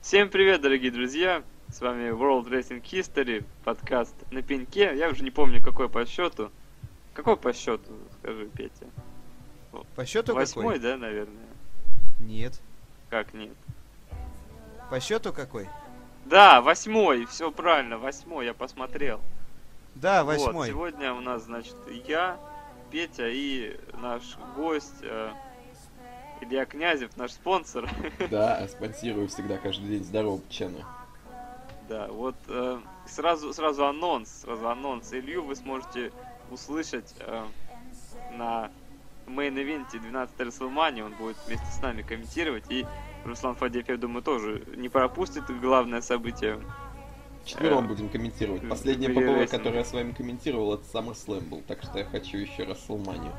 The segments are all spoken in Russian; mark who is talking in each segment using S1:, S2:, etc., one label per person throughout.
S1: Всем привет, дорогие друзья! С вами World Racing History, подкаст на пеньке. Я уже не помню, какой по счету. Какой по счету, скажи, Петя?
S2: По счету
S1: Восьмой,
S2: какой?
S1: да, наверное?
S2: Нет.
S1: Как нет?
S2: По счету какой?
S1: Да, восьмой, все правильно, восьмой, я посмотрел.
S2: Да,
S1: Вот,
S2: восьмой.
S1: сегодня у нас, значит, я, Петя и наш гость э, Илья Князев, наш спонсор.
S3: Да, а спонсирую всегда каждый день. Здорово, Чена.
S1: Да, вот э, сразу, сразу анонс, сразу анонс. Илью вы сможете услышать э, на мейн-ивенте 12 Расселмани. Он будет вместе с нами комментировать. И Руслан Фадеев, я думаю, тоже не пропустит главное событие.
S3: Четвером
S1: Э,
S3: будем комментировать.
S1: э,
S3: Последняя
S1: привет,
S3: ППВ,
S1: Васин.
S3: которую я с вами комментировал, это SummerSlam был, так что я хочу еще раз Сломанию.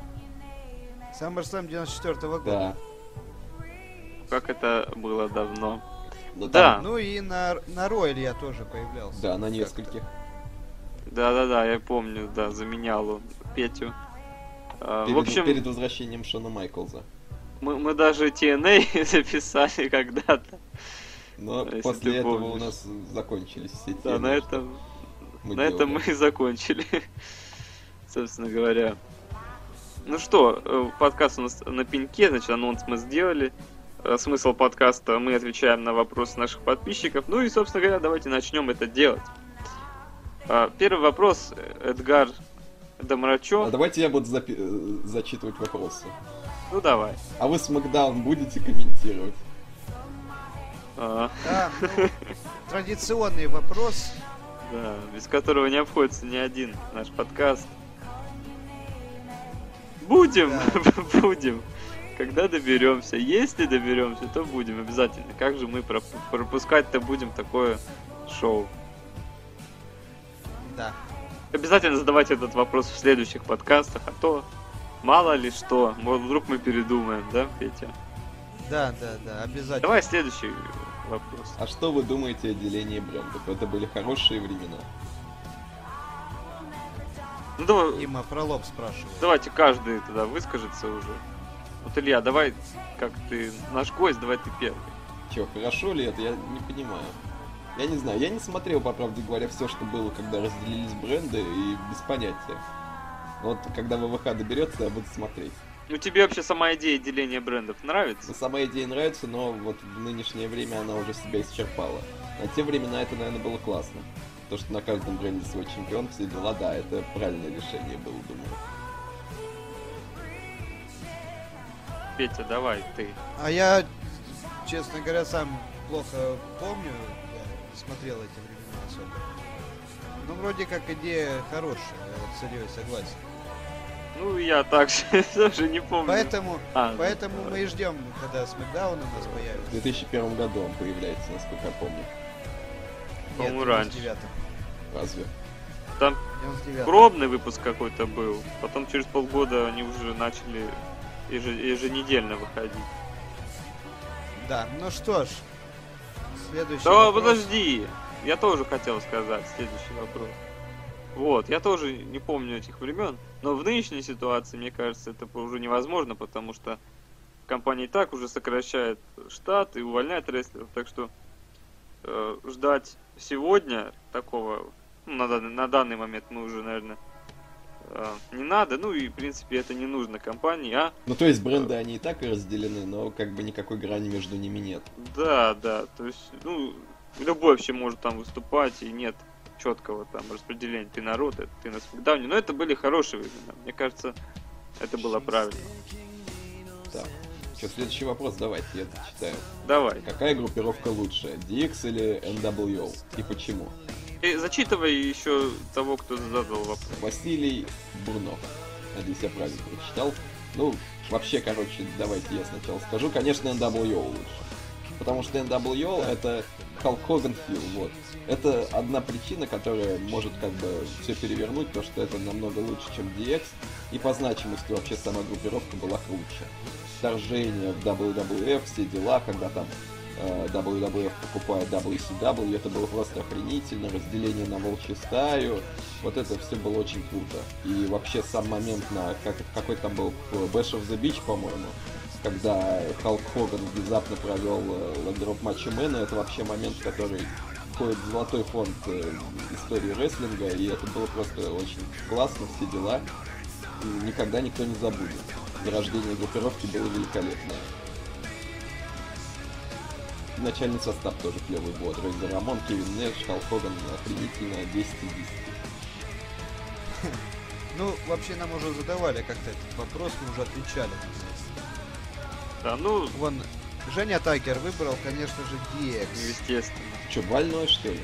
S2: SummerSlam 94 -го года.
S3: Да.
S1: Как это было давно.
S3: Но
S1: Да.
S3: там-
S2: Ну и на, на Ро Илья тоже появлялся.
S3: Да, на
S2: Как-то.
S3: нескольких.
S1: Да-да-да, я помню, да, заменял он Петю. Э,
S3: Перед,
S1: в общем,
S3: перед возвращением Шона Майклза.
S1: мы, мы даже TNA записали когда-то.
S3: Но
S1: Если
S3: после
S1: ты
S3: этого у
S1: помнишь.
S3: нас закончились все темы.
S1: Да, на этом
S3: мы
S1: На этом мы
S3: делали.
S1: и закончили, собственно говоря. Ну что, э, подкаст у нас на пеньке, значит, анонс мы сделали. Э, Смысл подкаста мы отвечаем на вопросы наших подписчиков. Ну и, собственно говоря, давайте начнем это делать. А, Первый вопрос, э, Эдгар
S3: А
S1: Домрачев.
S3: давайте я буду запи- э, зачитывать вопросы.
S1: Ну давай.
S3: А вы Смакдаун будете комментировать?
S1: А,
S2: Да, ну, традиционный вопрос.
S1: да, без которого не обходится ни один наш подкаст. Будем, будем. Когда доберемся, если доберемся, то будем обязательно. Как же мы проп- пропускать-то будем такое шоу?
S2: Да.
S1: Обязательно задавайте этот вопрос в следующих подкастах, а то мало ли что, может вдруг мы передумаем, да, Петя?
S2: Да, да, да, обязательно.
S1: Давай следующий вопрос.
S3: А что вы думаете о делении брендов? Это были хорошие времена.
S1: Ну, давай-
S2: Дима Фролов спрашивает.
S1: давайте каждый тогда выскажется уже. Вот Илья, давай, как ты наш гость, давай ты первый.
S3: Че, хорошо ли это, я не понимаю. Я не знаю, я не смотрел, по правде говоря, все, что было, когда разделились бренды, и без понятия. Вот когда ВВХ доберется, я буду смотреть.
S1: Ну тебе вообще сама идея деления брендов нравится?
S3: Но Сама идея нравится, но вот в нынешнее время она уже себя исчерпала. На те времена это, наверное, было классно. То, что на каждом бренде свой чемпион, все дела, да, это правильное решение было, думаю.
S1: Петя, давай ты.
S2: А я, честно говоря, сам плохо помню. Я не смотрел эти времена особо. Ну, вроде как идея хорошая, я вот с Ильей согласен.
S1: Ну и я так же тоже не помню.
S2: Поэтому,
S1: А, ну,
S2: поэтому
S1: давай.
S2: мы и ждем, когда Смакдаун у нас
S3: В
S2: появится.
S3: 2001 году он появляется, насколько я помню.
S1: По-моему,
S2: Нет,
S1: раньше.
S2: 99
S3: Разве?
S1: Там
S2: 99
S1: пробный выпуск какой-то был. Потом через полгода они уже начали еже- еженедельно выходить.
S2: Да, ну что ж. Следующий
S1: Да
S2: вопрос.
S1: подожди! Я тоже хотел сказать следующий вопрос. Вот, я тоже не помню этих времен, но в нынешней ситуации, мне кажется, это уже невозможно, потому что компания и так уже сокращает штат и увольняет рестлеров, так что э, ждать сегодня такого, ну, на, данный, на данный момент мы уже, наверное, э, не надо, ну и, в принципе, это не нужно компании, а
S3: Ну, то есть бренды, они и так разделены, но как бы никакой грани между ними нет.
S1: Да, да, то есть, ну, любой вообще может там выступать, и нет четкого там распределения, ты народ, это ты на Смакдауне, но это были хорошие времена, мне кажется, это было правильно.
S3: Так, что, следующий вопрос, давайте, я зачитаю.
S1: Давай,
S3: Какая группировка лучше, DX или NWO? И почему?
S1: и зачитывай еще того, кто задал вопрос.
S3: Василий Бурнов. Надеюсь, я правильно прочитал. Ну, вообще, короче, давайте я сначала скажу. Конечно, NWO лучше. Потому что NWO это Халк Хоган Фил, вот. Это одна причина, которая может как бы все перевернуть, то что это намного лучше, чем DX, и по значимости вообще сама группировка была круче. Вторжение в WWF, все дела, когда там э, WWF покупает WCW, это было просто охренительно, разделение на волчью стаю, вот это все было очень круто. И вообще сам момент на как, какой там был э, Bash of the Beach, по-моему, когда Халк Хоган внезапно э, провел лендроп матча Мэна, это вообще момент, который входит в золотой фонд э, истории рестлинга, и это было просто очень классно, все дела. И никогда никто не забудет. Зарождение группировки было великолепное. Начальный состав тоже клевый был. Рэнди Рамон, Кевин Нэш, Халк Хоган, охренительно 10 из 10.
S2: Ну, вообще нам уже задавали как-то этот вопрос, мы уже отвечали.
S1: Да, ну,
S2: Вон, Женя Такер выбрал, конечно же, DX.
S1: естественно.
S3: Че, больной что ли?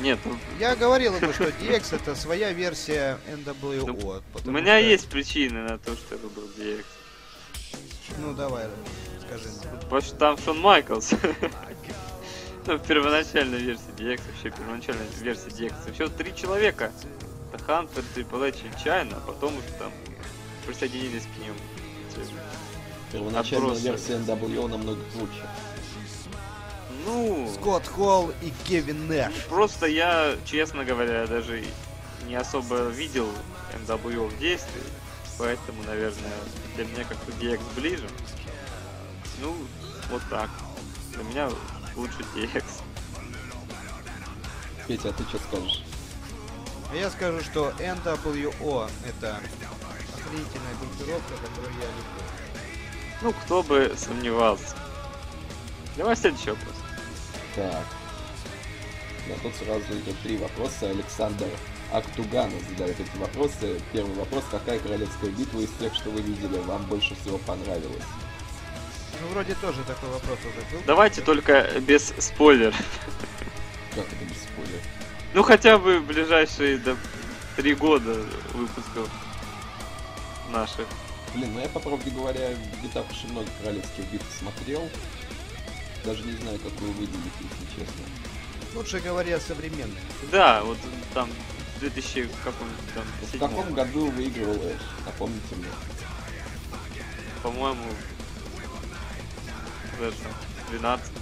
S1: Нет, ну,
S2: Я говорил ему, что DX это своя версия NWO.
S1: Ну, у
S2: потому
S1: меня
S2: что-
S1: есть причины на то, что я выбрал DX.
S2: Ну, давай, скажи нам.
S1: Потому что там Шон Майклс. Ну, в первоначальной версии DX, вообще первоначальная версия DX. Всего три человека. Это Хантер, Triple H и Чайна, а потом уже там присоединились к ним.
S3: Первоначальная
S1: Отбросы.
S3: версия NWO намного круче.
S1: Ну,
S2: Скотт Холл и Кевин Нэш.
S1: просто я, честно говоря, даже и не особо видел NWO в действии. Поэтому, наверное, для меня как-то DX ближе. Ну, вот так. Для меня лучше DX.
S3: Петя, а ты что скажешь?
S2: А я скажу, что NWO это охренительная группировка, которую я люблю.
S1: Ну, кто бы сомневался. Давай следующий вопрос.
S3: Так. Да, тут сразу идет три вопроса. Александр Актуганов задает эти вопросы. Первый вопрос. Какая королевская битва из тех, что вы видели, вам больше всего понравилась?
S2: Ну, вроде тоже такой вопрос уже был.
S1: Давайте только без спойлеров.
S3: Как это без спойлеров?
S1: Ну, хотя бы в ближайшие да, три года выпусков наших.
S3: Блин, ну я, по правде говоря, не так уж и много королевских битв смотрел. Даже не знаю, какую выделить, если честно.
S2: Лучше говори о современных.
S1: Да, вот там 2000 каком там
S3: В
S1: седьмом,
S3: каком году выигрывал Эш? Напомните мне.
S1: по-моему, даже 12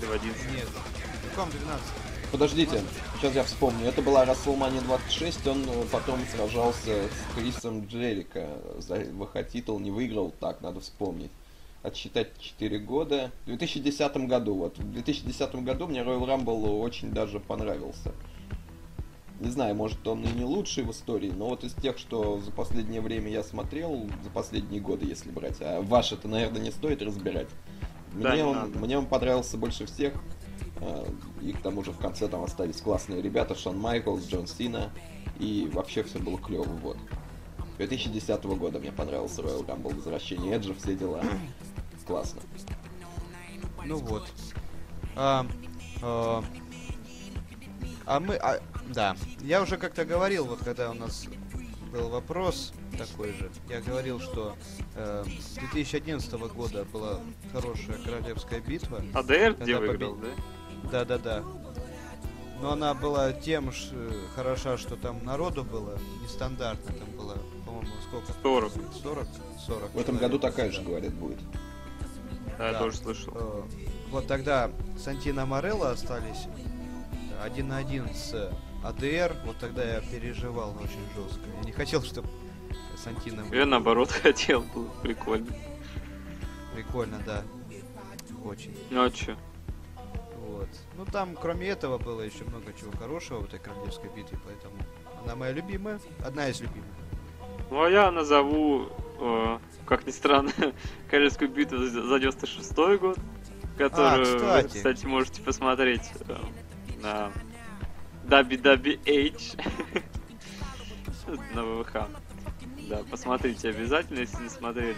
S1: или в 11.
S2: Нет. В каком 12?
S3: Подождите, сейчас я вспомню. Это была WrestleMania 26, он э, потом сражался с Крисом Джерика за ВХ-титул, не выиграл, так, надо вспомнить. Отсчитать 4 года. В 2010 году, вот. В 2010 году мне Royal Rumble очень даже понравился. Не знаю, может он и не лучший в истории, но вот из тех, что за последнее время я смотрел, за последние годы, если брать, а ваш это, наверное, не стоит разбирать.
S1: Да,
S3: Мне
S1: не
S3: он,
S1: надо.
S3: мне он понравился больше всех. А, И к тому же в конце там остались классные ребята, Шон Майклс, Джон Сина. И вообще все было клево, вот. 2010 года мне понравился Royal Rumble, возвращение Эджа, все дела. Классно.
S2: Ну вот. А, а, а мы... а, да. Я уже как-то говорил, вот когда у нас был вопрос такой же, я говорил, что э, 2011 года была хорошая королевская битва.
S1: АДР А где
S2: Когда
S1: выиграл,
S2: побед- Да-да-да. Но она была тем ж, э, хороша, что там народу было нестандартно. Там было, по-моему, сколько?
S1: да? 40.
S2: 40? 40.
S3: В этом
S2: человек.
S3: году такая же, говорят, будет.
S1: Да, я
S2: Да.
S1: тоже слышал.
S2: Э, Вот тогда Сантина Морелло остались один на один с АДР. Вот тогда я переживал очень жестко. Я не хотел, чтобы Сантина...
S1: Я наоборот хотел, было прикольно.
S2: Прикольно, да. Очень.
S1: Ну а чё?
S2: Вот. Ну там, кроме этого, было еще много чего хорошего в этой королевской битве, поэтому она моя любимая, одна из любимых.
S1: Ну а я назову, э, как ни странно, Королевскую битву за за 96 год, которую,
S2: кстати.
S1: вы, кстати, можете посмотреть э, на WWH на ВВХ. Да, посмотрите обязательно, если не смотрели.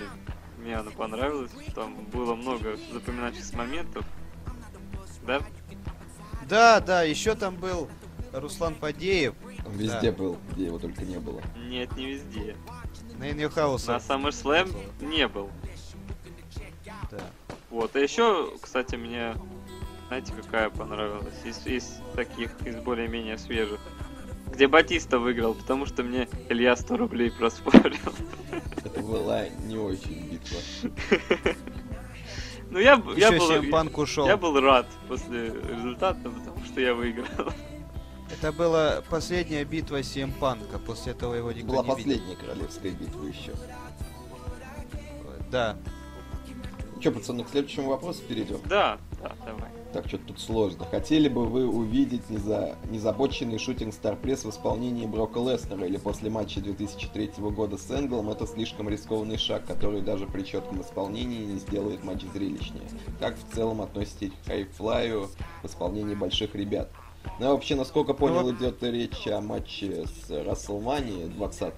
S1: Мне она понравилась, там было много запоминающихся моментов. Да?
S2: Да, да, еще там был Руслан Падеев
S3: Он везде был, где его только не было.
S1: Нет, не везде.
S2: на Инью Хауса.
S1: На SummerSlam не был.
S2: Да.
S1: Вот, а еще, кстати, мне, знаете, какая понравилась из, из таких, из более-менее свежих, где Батиста выиграл, потому что мне Илья 100 рублей проспорил.
S3: Это была не очень битва.
S1: Ну, я, б- я,
S2: Еще
S1: был,
S2: CM Punk ушел.
S1: я был рад после результата, потому что я выиграл.
S2: Это была последняя битва CM Панка, после этого его никто
S3: Была
S2: не видел.
S3: последняя королевская битва еще.
S2: Да.
S3: Че, пацаны, к следующему вопросу перейдем?
S1: Да, да, давай.
S3: Так, что-то тут сложно. Хотели бы вы увидеть неза... незабоченный шутинг Старпресс в исполнении Брока Леснера или после матча 2003 года с Энглом это слишком рискованный шаг, который даже при четком исполнении не сделает матч зрелищнее. Как в целом относитесь к хайфлаю в исполнении больших ребят? Ну, я вообще, насколько понял,
S2: вот-
S3: идет речь о матче с Расселмани 20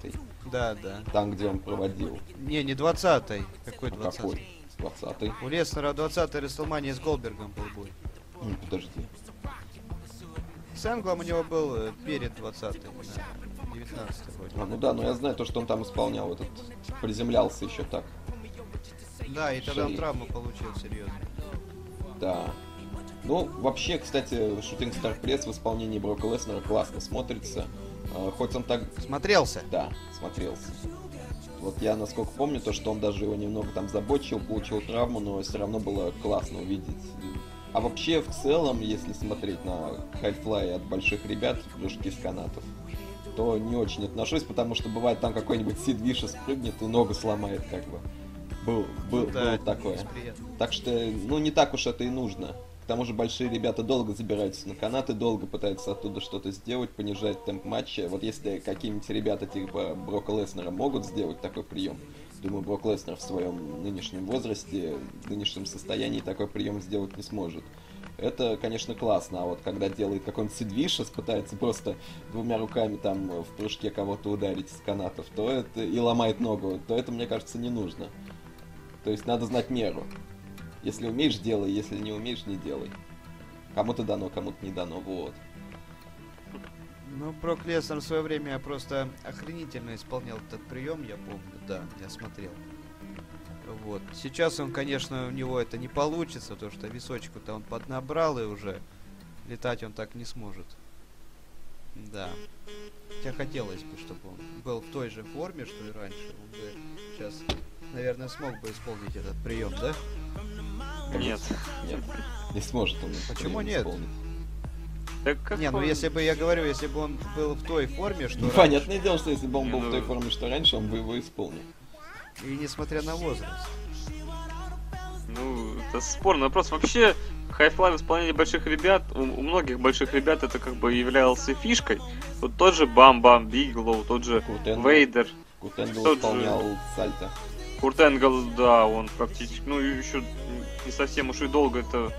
S2: Да, да.
S3: там, где он проводил.
S2: Не, не 20-й. Какой
S3: А
S2: 20
S3: какой? 20
S2: У Леснера 20-й Рестлмания с Голдбергом был бой.
S3: М, Подожди.
S2: С Энглом у него был э, перед 20-м, на 19 вроде.
S3: А, ну да, но я знаю то, что он там исполнял этот... Приземлялся еще так.
S2: Да, и тогда он
S3: Шеи.
S2: травму получил серьезно.
S3: Да. Ну, вообще, кстати, Шутинг Star Press в исполнении Брока Леснера классно смотрится. Э, Хоть он так,
S2: Смотрелся.
S3: да, смотрелся. Вот я, насколько помню, то, что он даже его немного там забочил, получил травму, но все равно было классно увидеть. А вообще, в целом, если смотреть на хайфлай от больших ребят, прыжки с канатов, то не очень отношусь, потому что бывает там какой-нибудь Сид Вишес прыгнет и ногу сломает, как бы. Был, был,
S2: Ну Да,
S3: было такое.
S2: неприятно.
S3: Так что, ну, не так уж это и нужно. К тому же большие ребята долго забираются на канаты, долго пытаются оттуда что-то сделать, понижать темп матча. Вот если какие-нибудь ребята типа Брока Леснера могут сделать такой прием, думаю, Брок Леснер в своем нынешнем возрасте, в нынешнем состоянии такой прием сделать не сможет. Это, конечно, классно, а вот когда делает какой-нибудь Сидвишес, пытается просто двумя руками там э, в прыжке кого-то ударить с канатов, то это и ломает ногу, то это, мне кажется, не нужно. То есть надо знать меру. Если умеешь, делай, если не умеешь, не делай. Кому-то дано, кому-то не дано, вот.
S2: Ну, Брок Леснер в свое время просто охренительно исполнял этот прием, я помню, да, я смотрел. Вот. Сейчас он, конечно, у него это не получится, потому что височку-то он поднабрал и уже летать он так не сможет. Да. Хотя хотелось бы, чтобы он был в той же форме, что и раньше. Он бы сейчас, наверное, смог бы исполнить этот прием, да?
S1: Нет.
S3: Нет, не сможет он. этот
S2: Почему
S3: прием
S2: нет?
S3: исполнить.
S1: Так как
S2: Не, ну
S1: он-
S2: если бы, я говорю, если бы он был в той форме, что
S3: Ну,
S2: раньше,
S3: понятное дело, что если бы он
S1: Не,
S3: был в той
S1: ну-
S3: форме, что раньше, он бы его исполнил.
S2: и несмотря на возраст.
S1: Ну, это спорный вопрос. Вообще, Half-Life в исполнении больших ребят, у, у многих больших ребят это как бы являлся фишкой. Вот тот же Бам-Бам Биглоу, тот же
S3: Куртенгл,
S1: Вейдер,
S3: Куртенгл
S1: тот же-
S3: исполнял сальто.
S1: Курт Энгл, да, он практически, ну, еще не совсем уж и долго это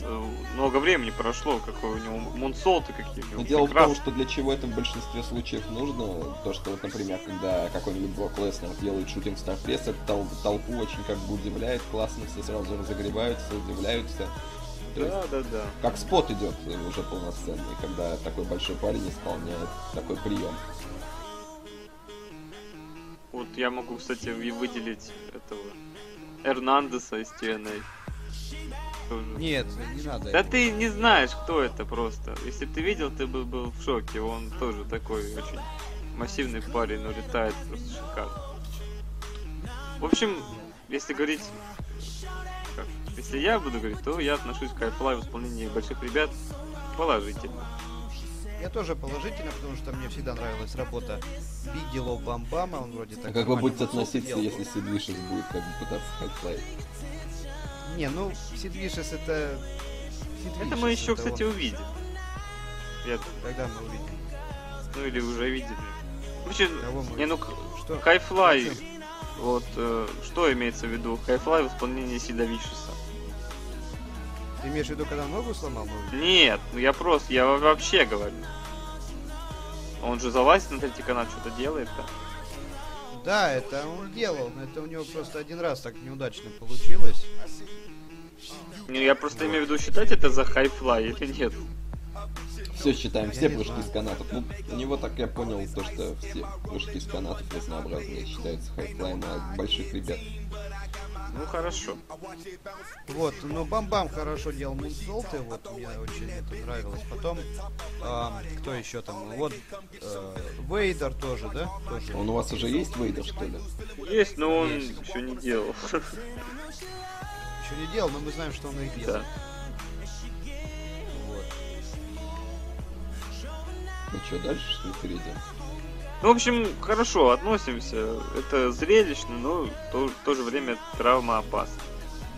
S1: э, много времени прошло, какой у него мунсолты какие у
S3: Но
S1: него
S3: дело в
S1: прекрасные.
S3: том, что для чего это в большинстве случаев нужно, то, что вот, например, когда какой-нибудь Брок Леснер делает шутинг Star Press, это тол- толпу очень как бы удивляет, классно все сразу разогреваются, удивляются. То есть
S1: Да, да, да.
S3: как спот идет э, уже полноценный, когда такой большой парень исполняет такой прием.
S1: Вот я могу, кстати, и выделить этого Эрнандеса из TNA. Тоже.
S2: Нет, не надо.
S1: Да
S2: этого.
S1: ты не знаешь, кто это просто. Если бы ты видел, ты бы был в шоке. Он тоже такой очень массивный парень, но летает просто шикарно. В общем, если говорить... как, Если я буду говорить, то я отношусь к Кайфлай в исполнении больших ребят положительно.
S2: Я тоже положительно, потому что мне всегда нравилась работа Бигело Бамбама, он вроде так...
S3: А как вы
S2: нормально
S3: будете
S2: мусор
S3: относиться,
S2: делал.
S3: если Сидвишес будет как бы пытаться хайплайт?
S2: Не, ну, Сид Вишес это... Сид
S1: Это
S2: Вишес,
S1: мы еще,
S2: это
S1: кстати,
S2: он.
S1: увидим. Я думаю.
S2: Когда мы увидим?
S1: Ну или уже видели. Вообще,
S2: Кого мы
S1: не, ну,
S2: Что?
S1: Хайфлай,
S2: Зачем?
S1: вот, э, что имеется в виду? Хайфлай в исполнении Седовишеса.
S2: Ты имеешь в виду, когда ногу сломал? мы увидим?
S1: Нет, ну я просто, я во- вообще говорю. Он же залазит на третий канал, что-то делает там.
S2: Да, это он делал, но это у него просто один раз так неудачно получилось.
S1: Ну, я просто имею в виду, считать это за хайфлай или нет.
S3: Все считаем,
S2: Ну, Я
S3: все
S2: не
S3: прыжки
S2: знаю.
S3: с канатов. Ну, у него так я понял, то, что все прыжки с канатов разнообразные считаются хайплайн от больших ребят.
S1: Ну хорошо.
S2: Вот, но Бамбам хорошо делал мунсолты, вот, мне очень это нравилось. Потом, а, кто еще там? Вот, э, Вейдер тоже, да? Тоже.
S3: Он у вас уже есть вейдер, что ли?
S1: Есть, но он
S2: Есть.
S1: еще не делал.
S2: Еще не делал, но мы знаем, что он их делал.
S1: Да.
S2: Вот.
S3: Ну что, дальше что ли, перейдем?
S1: Ну, в общем, хорошо, относимся. Это зрелищно, но в то, в то же время травма опасна.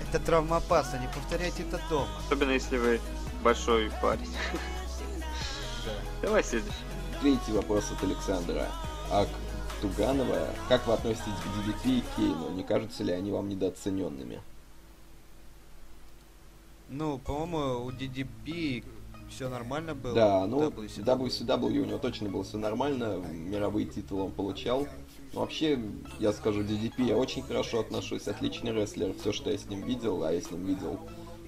S2: Это травмоопасно, не повторяйте это дома.
S1: Особенно если вы большой парень.
S2: Да.
S1: Давай следующий.
S3: Третий вопрос от Александра. А к Туганова, как вы относитесь к ДДП и Кейну? Не кажутся ли они вам недооцененными?
S2: Ну, по-моему, у DDP все нормально было.
S3: Да, ну
S2: WCW.
S3: WCW у него точно было все нормально, мировые титулы он получал. Но вообще, я скажу, DDP я очень хорошо отношусь, отличный рестлер, все, что я с ним видел, а я с ним видел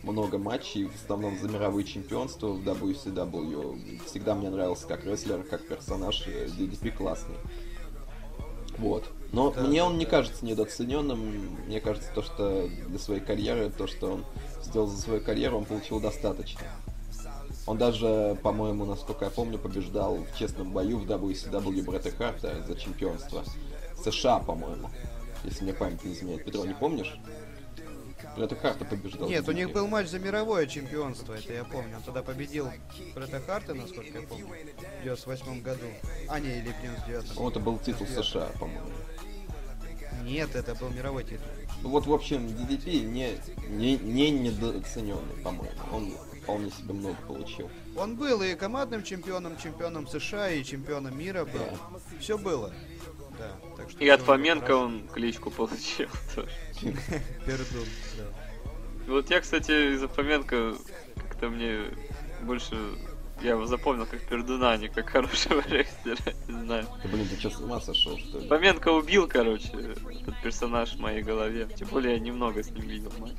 S3: много матчей, в основном за мировые чемпионства в WCW. Всегда мне нравился как рестлер, как персонаж, э, DDP классный. Вот. Но
S2: Да,
S3: мне
S2: да,
S3: он не
S2: да.
S3: кажется недооцененным. Мне кажется, то, что для своей карьеры, то, что он сделал за свою карьеру, он получил достаточно. Он даже, по-моему, насколько я помню, побеждал в честном бою в WCW Бретта Харта за чемпионство. США, по-моему. Если мне память не изменяет. Петро, не помнишь? Бретта Харта побеждал.
S2: Нет, у них
S3: DDP.
S2: был матч за мировое чемпионство, это я помню. Он тогда победил Бретта Харта, насколько я помню, в 98 году. А, не, или в 99
S3: По-моему, это был титул США, по-моему.
S2: Нет, это был мировой титул.
S3: Ну Вот, в общем, DDP не, не, не недооцененный, по-моему. Он вполне себе много получил.
S2: Он был и командным чемпионом, чемпионом США, и чемпионом мира был. Все было. Да, так что
S1: И от Фоменко он кличку получил тоже.
S2: Пердун, да.
S1: Вот я, кстати, из-за Фоменко как-то мне больше... Я его запомнил как пердуна, а не как хорошего рестлера, не знаю.
S3: Да, блин, ты что, с ума сошел, что ли?
S1: Фоменко убил, короче, этот персонаж в моей голове. Тем более я немного с ним видел матч.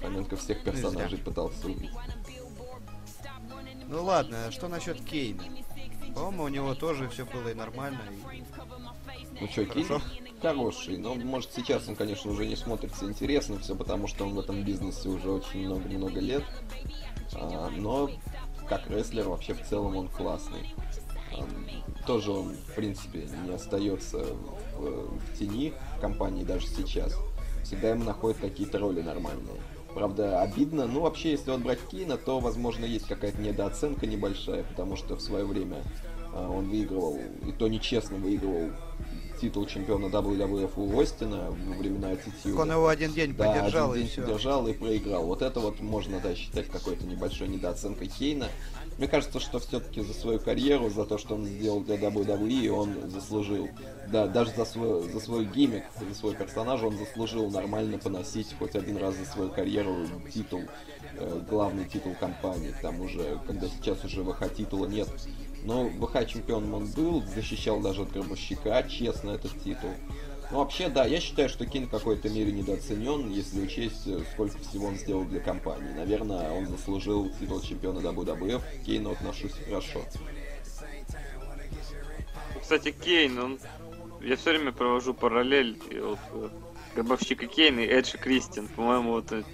S3: Фоменко всех персонажей пытался убить.
S2: Ну ладно, а что насчет Кейна? По-моему, у него тоже все было и нормально. и-
S3: Ну что, Кейн
S2: Хорошо.
S3: хороший, но может сейчас он, конечно, уже не смотрится интересно все, потому что он в этом бизнесе уже очень много-много лет. А, но как рестлер вообще в целом он классный. Ам, Тоже он, в принципе, не остается в, в тени компании даже сейчас. Всегда ему находят какие-то роли нормальные. Правда, обидно. Ну, вообще, если вот брать Кейна, то, возможно, есть какая-то недооценка небольшая, потому что в свое время а, он выигрывал, и то нечестно выигрывал титул чемпиона WWF у Остина во времена Attitude.
S2: Так он его один день
S3: Да,
S2: поддержал
S3: один
S2: и
S3: день
S2: все.
S3: поддержал и проиграл. Вот это вот можно, да, считать какой-то небольшой недооценкой Кейна. Мне кажется, что все-таки за свою карьеру, за то, что он сделал для WWE, он заслужил. Да, даже за свой, за свой гиммик, за свой персонаж он заслужил нормально поносить хоть один раз за свою карьеру титул, э, главный титул компании. К тому же, когда сейчас уже ВХ титула нет. Но ВХ чемпионом он был, защищал даже от Гробовщика, честно, этот титул. Ну, вообще, да, я считаю, что Кин в какой-то мере недооценен, если учесть, э, сколько всего он сделал для компании. Наверное, он заслужил титул чемпиона WWF, к Кейну отношусь хорошо.
S1: Кстати, Кейн, он... Я все время провожу параллель и вот, э, Гробовщика Кейна и Эджа Кристин. По-моему, вот э,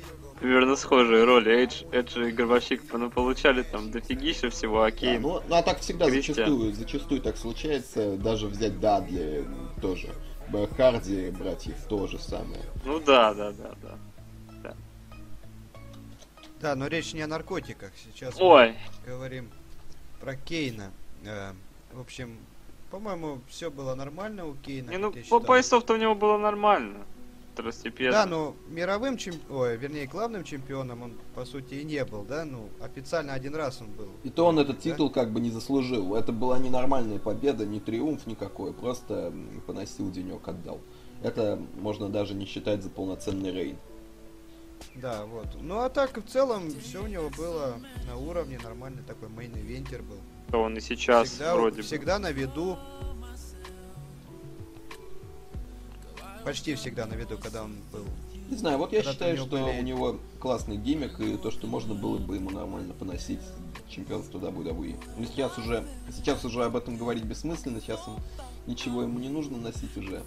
S1: примерно схожие роли. Эдж, Эдж и Гробовщик ну, получали там дофигища всего, а
S3: Да,
S1: Кейн...
S3: ну, ну, а так всегда
S1: Кристиан.
S3: зачастую, зачастую так случается, даже взять Дадли м, тоже. Б- Харди, братьев, то же самое.
S1: Ну да, да, да, да.
S2: Да, но речь не о наркотиках. Сейчас мы
S1: Ой,
S2: говорим про Кейна. Э, в общем, по-моему, все было нормально у Кейна.
S1: не, ну
S2: как я
S1: по
S2: считаю.
S1: поясов-то у него было нормально. Второстепенно.
S2: Да, но мировым чемпионом, ой, вернее, главным чемпионом он, по сути, и не был, да? Ну, официально один раз он был.
S3: И то он этот
S2: Да.
S3: титул как бы не заслужил. Это была ненормальная победа, не триумф никакой, просто м, поносил денек, отдал. Это можно даже не считать за полноценный рейд.
S2: Да, вот. Ну, а так, в целом, все у него было на уровне, нормальный такой мейн-ивентер был.
S1: То он и сейчас
S2: всегда,
S1: вроде бы.
S2: всегда на виду. Почти всегда на виду, когда он был.
S3: Не знаю, вот я
S2: Когда-то
S3: считаю,
S2: у него
S3: что
S2: были-
S3: у него классный гиммик, и то, что можно было бы ему нормально поносить чемпионство WWE. Но сейчас уже, сейчас уже об этом говорить бессмысленно, сейчас он- ничего ему не нужно носить уже.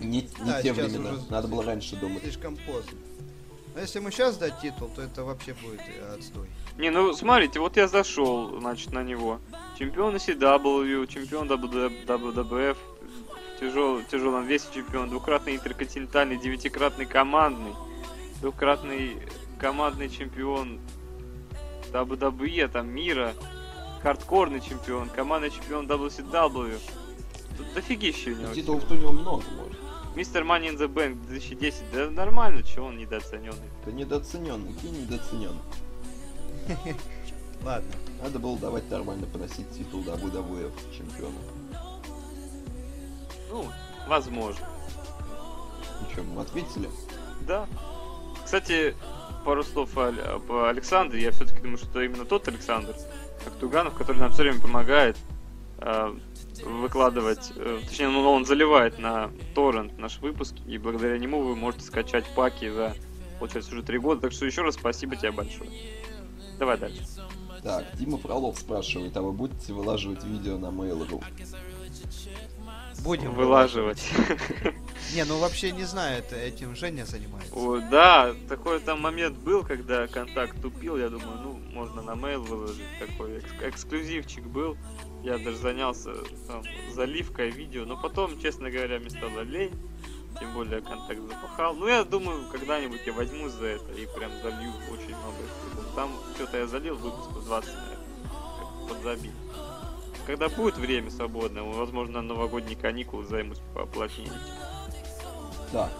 S3: Не, не
S2: Да,
S3: те
S2: сейчас
S3: времена,
S2: уже-
S3: надо было раньше думать.
S2: Слишком поздно. Но если ему сейчас дать титул, то это вообще будет э, отстой.
S1: Не, ну смотрите, вот я зашел, значит, на него. Чемпион CW, чемпион WWF, в тяжел, тяжелом весе чемпион, двукратный интерконтинентальный, девятикратный командный, двукратный командный чемпион WWE, там, мира, хардкорный чемпион, командный чемпион WCW. Тут дофигища у него.
S3: Титулов-то у него много, может.
S1: Мистер Money in the Bank 2010, да нормально, чего он недооцененный.
S3: Ты недооцененный, ты недооценен.
S2: Ладно.
S3: Надо было давать нормально поносить титул WWE чемпиона.
S1: Ну, возможно.
S3: Ну что, мы ответили?
S1: Да. Кстати, пару слов о, об Александре. Я все-таки думаю, что именно тот Александр, как Туганов, который нам все время помогает э, выкладывать, э, точнее, ну, он заливает на торрент наш выпуск, и благодаря нему вы можете скачать паки за, получается, уже три года. Так что еще раз спасибо тебе большое. Давай дальше.
S3: Так, Дима Фролов спрашивает, а вы будете вылаживать видео на Mail.ru?
S2: Будем
S1: Вылаживать.
S2: Не, ну вообще не знаю, это этим Женя занимается.
S1: О, да, такой там момент был, когда контакт тупил, я думаю, ну, можно на мейл выложить, такой экск- эксклюзивчик был. Я даже занялся там заливкой видео, но потом, честно говоря, мне стало лень, тем более контакт запахал. Ну, я думаю, когда-нибудь я возьму за это и прям залью очень много. эксклюзивов. Там что-то я залил выпуск 20, наверное, как подзабил. Когда будет время свободное, возможно, на новогодние каникулы займусь поплотнее.
S3: Так.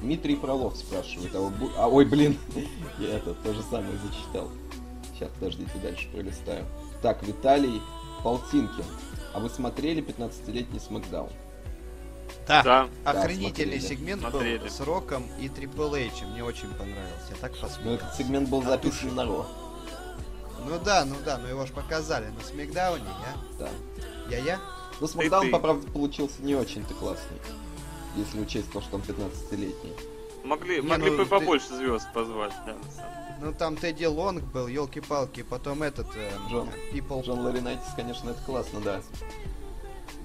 S3: Дмитрий Пролов спрашивает, а вы бу- А, ой, блин, я это то же самое зачитал. Сейчас, подождите, дальше пролистаю. Так, Виталий Полтинкин. А вы смотрели 15-летний Смакдаун?
S2: Да,
S1: Да,
S2: охренительный
S3: смотрели,
S2: сегмент
S1: смотрели.
S2: был с Роком и Трипл Эйч. Мне очень понравился. Я так
S3: Ну,
S2: посмотрел.
S3: этот сегмент был записан на Ро.
S2: Ну да, ну да, но его же показали на Смакдауне,
S3: Да.
S2: я. Я-я?
S3: Ну, Смакдаун,
S1: ты.
S3: по правде, получился не очень-то классный. Если учесть то, что он 15-летний.
S1: Могли,
S2: Не,
S1: могли
S2: ну,
S1: бы
S2: ты-
S1: побольше звезд позвать, да, на самом деле.
S2: Ну там Тедди Лонг был, елки-палки, потом этот... эм,
S3: Джон.
S2: People-
S3: Джон Ларинайтис, конечно, это классно, да.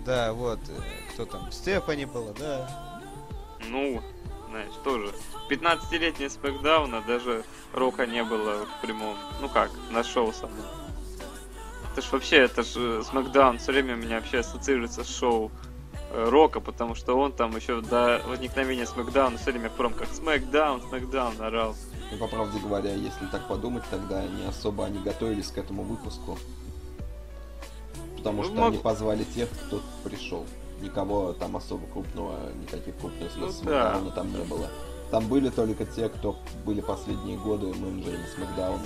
S2: Да, вот, э, кто там, Стефани было, да.
S1: Ну, знаешь, тоже. 15-летний спекдауна даже рока не было в прямом. Ну как, на шоу самом. Это ж вообще, это ж э, Смакдаун все время у меня вообще ассоциируется с шоу э, Рока, потому что он там еще до возникновения Смакдауна все время в промках Смакдаун, Смакдаун орал.
S3: Ну, по правде говоря, если так подумать, тогда не особо они готовились к этому выпуску. Потому
S1: Ну,
S3: что
S1: мог-
S3: они позвали тех, кто пришел. Никого там особо крупного, никаких крупных
S1: Ну
S3: звезд
S1: да.
S3: Смакдауна там не было. Там были только те, кто были последние годы менеджерами Смакдауна.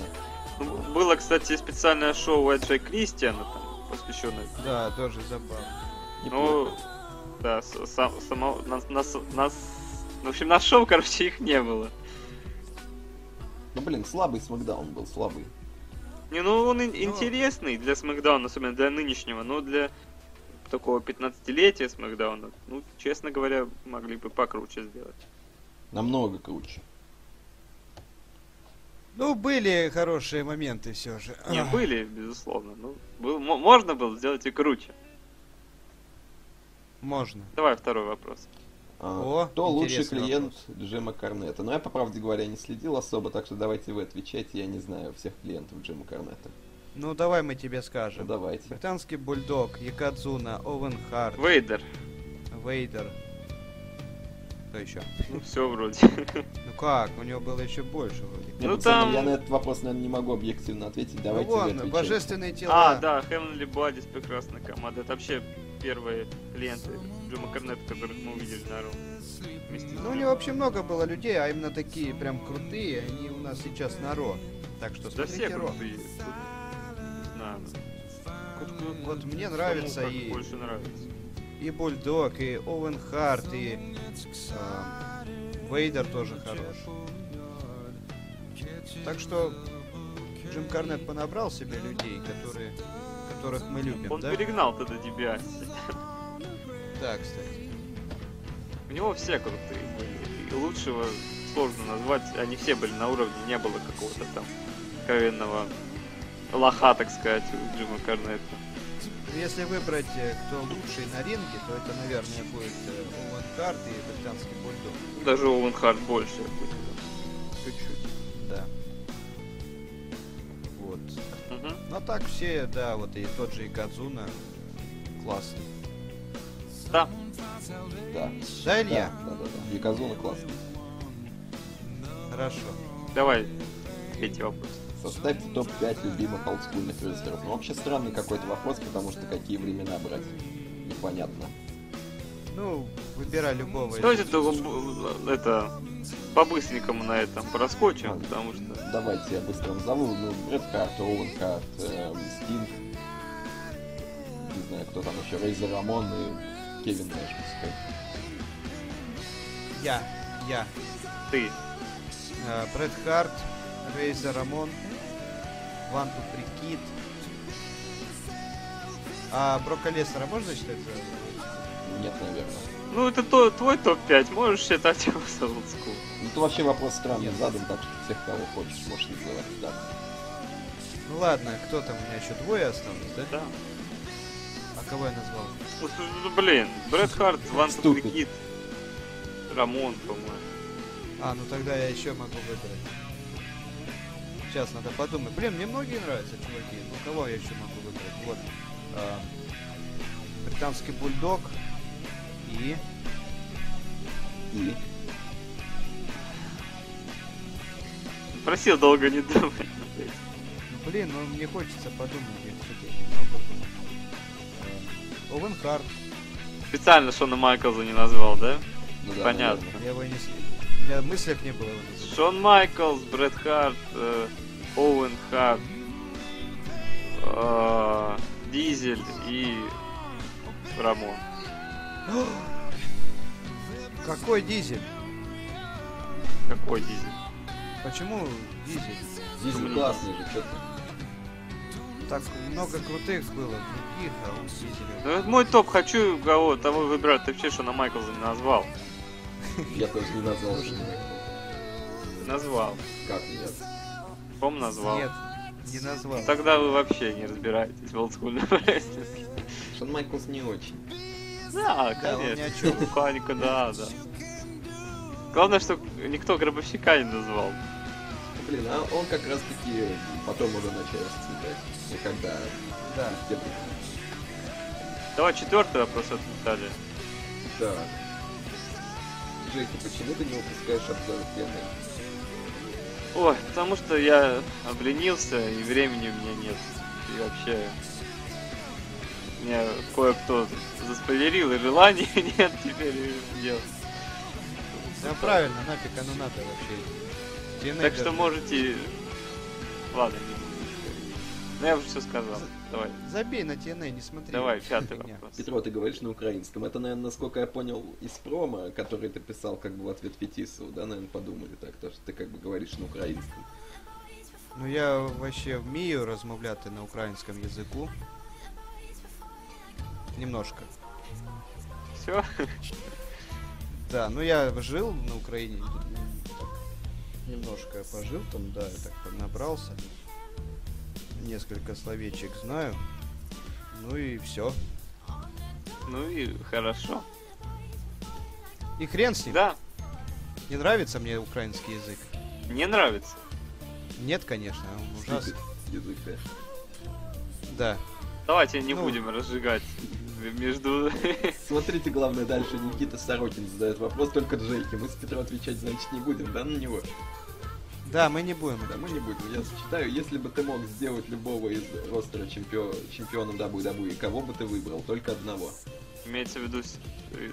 S1: Ну, было, кстати, специальное шоу Эджей Кристиана, там, посвященное
S2: Да, тоже забавно.
S1: Ну, да, с- сам- само, нас, нас, нас- ну, в общем, на шоу, короче, их не было.
S3: Ну, блин, слабый Смакдаун был, слабый.
S1: Не, ну, он ин- интересный для Смакдауна, особенно для нынешнего, но для такого 15-летия Смакдауна, ну, честно говоря, могли бы покруче сделать.
S3: Намного круче.
S2: Ну, были хорошие моменты все же.
S1: Не, были, безусловно, ну, был, мо- можно было сделать и круче.
S2: Можно.
S1: Давай второй вопрос.
S3: А,
S2: О,
S3: Кто лучший
S2: интересный
S3: клиент Джима Корнета? Но я, по правде говоря, не следил особо, так что давайте вы отвечайте, я не знаю всех клиентов Джима Корнета.
S2: Ну, давай мы тебе
S3: Ну,
S2: скажем.
S3: давайте.
S2: Британский бульдог, Якадзуна, Овен Харт,
S1: Вейдер,
S2: Вейдер. Кто еще?
S1: ну, все вроде.
S2: Ну как, у него было еще больше вроде.
S3: Не,
S1: Ну,
S3: пацаны,
S1: там-
S3: Я на этот вопрос, наверное, не могу объективно ответить. Давайте
S2: ну,
S3: вы
S2: вон,
S3: отвечайте.
S2: божественные тела.
S1: А, да, Heavenly Bodies, прекрасная команда. Это вообще первые клиенты Джима Корнета, которых мы увидели на Ру. Вместе с
S2: Ну, у
S1: Джимом.
S2: него вообще много было людей, а именно такие прям крутые, они у нас сейчас на Ро. Так что
S1: Да все
S2: смотрите Ро.
S1: крутые. Тут не знаю. ну.
S2: Вот мне нравится
S1: Кому как
S2: и,
S1: больше нравится.
S2: и Бульдог, и Оуэн Харт, и а, Вейдер тоже хорош. Так что Джим Карнет понабрал себе людей, которые, которых мы любим,
S1: Он
S2: да?
S1: перегнал тогда DiBiase.
S2: Да, кстати.
S1: У него все крутые были. И лучшего сложно назвать. Они все были на уровне, не было какого-то там откровенного лоха, так сказать, у Джима Корнета.
S2: Если выбрать, э, кто лучший на ринге, то это, наверное, будет э, Оуэн Харт и британский Бульдог.
S1: Даже Оуэн Харт больше. я бы сказал.
S2: Чуть-чуть, да. Вот.
S1: Мгм.
S2: Ну а так все, да, вот и тот же Икадзуна. Классный.
S1: Да,
S3: Да.
S2: Да,
S3: Да,
S2: Илья?
S3: да, да, да. Яказуна классный.
S2: Хорошо.
S1: давай третий вопрос.
S3: Составьте топ-5 любимых олдскульных рестлеров. Ну, вообще странный какой-то вопрос, потому что какие времена брать? Непонятно.
S2: Ну, выбирай любого. из
S1: Давайте
S2: них.
S1: только б- э, это по-быстренькому на этом проскочим, потому что
S3: Давайте я быстро назову. Ну, Редкарт, Оуэнкарт, эм, Стинг. Не знаю, кто там еще. Рейзер Рамон и Кевин Нэш, пускай.
S2: Я, я.
S1: ты.
S2: Э, Брэд Харт, Рейзер Рамон, Ванту Прикид. А Брока Леснера можно считать? за-
S3: Нет, наверное.
S1: Ну это то, твой топ-5, можешь считать его за луцку.
S3: Ну, тут вообще вопрос странный
S2: Нет.
S3: задан, так что всех, кого хочешь, можешь называть. Да.
S2: Ну ладно, кто там у меня еще двое осталось, да?
S1: Да.
S2: А кого я назвал?
S1: Ну, ну, блин, Брэд Харт, Ван
S3: Ступид.
S1: Кит, Рамон, по-моему.
S2: А, ну тогда я еще могу выбрать. Сейчас надо подумать. Блин, мне многие нравятся чуваки. Ну кого я еще могу выбрать? Вот. а, британский бульдог и
S3: И
S1: Просил долго не думать.
S2: Ну, блин, ну мне хочется подумать, я все-таки немного подумал. Э, Оуэн Харт,
S1: Специально Шона Майклза не назвал, да?
S3: Ну да,
S1: Понятно.
S3: наверное.
S2: я его и не... с- У меня мыслях не было его назвать.
S1: Шон Майклс, Брэд Харт, э, Оуэн Харт, э, Дизель и Рамон.
S2: Какой дизель?
S1: Какой Дизель?
S2: Почему дизель?
S3: Дизель
S1: Блин.
S3: классный же, что ты.
S2: Так много крутых было, других, а он дизель.
S1: Ну, это мой топ, хочу кого того выбирать. Ты вообще Шона Майклза не назвал.
S3: Я тоже не назвал, что
S1: Назвал.
S3: Как нет?
S1: По-моему, назвал.
S2: Нет, не назвал.
S1: Ну, Тогда вы вообще не разбираетесь в олдскульном рестлинге.
S3: Шон Майклс не очень.
S1: Да,
S2: Да, он ни
S1: конечно.
S2: о чём.
S1: Механика, да, да. Главное, что никто гробовщика не назвал.
S3: Блин, а он как раз таки потом уже начал расцветать. И когда
S2: Да.
S3: где-то...
S1: Давай четвертый вопрос отметали.
S3: Да. Джей, ты почему ты не выпускаешь обзоры пены?
S1: Ой, потому что я обленился и времени у меня нет. И вообще... Меня кое-кто заспойлерил, и желания нет теперь и дел.
S2: Да правильно, нафиг оно надо вообще.
S1: Так что
S2: Тинейджер.
S1: можете... Ладно, не буду. Ну я уже все сказал. Давай.
S2: Забей на TNA, не смотри.
S1: Давай, пятый
S2: Фигня.
S1: вопрос.
S3: Петро, ты говоришь на украинском. Это, наверное, насколько я понял, из промо, который ты писал как бы в ответ Фетисову, да, наверное, подумали так, то, что ты как бы говоришь на украинском.
S2: Ну я вообще вмію розмовляти на українському язику. Немножко.
S1: Все?
S2: Да, ну я жил на Украине. м, так, Немножко я пожил там, да, я так поднабрался. Несколько словечек знаю. Ну и все.
S1: Ну и хорошо.
S2: И хрен с ним.
S1: Да,
S2: Не нравится мне украинский язык.
S1: не нравится.
S2: Нет, конечно, он ужасный.
S3: Язык, да.
S2: Да.
S1: Давайте не
S2: Ну.
S1: будем разжигать между...
S3: Смотрите, главное, дальше Никита Сорокин задает вопрос только Джейке. Мы с Петром отвечать, значит, не будем, да, на него?
S2: Да, мы не будем.
S3: Да мы не будем, я зачитаю. Если бы ты мог сделать любого из ростера чемпион, чемпиона WWE, кого бы ты выбрал? Только одного.
S1: Имеется в виду с-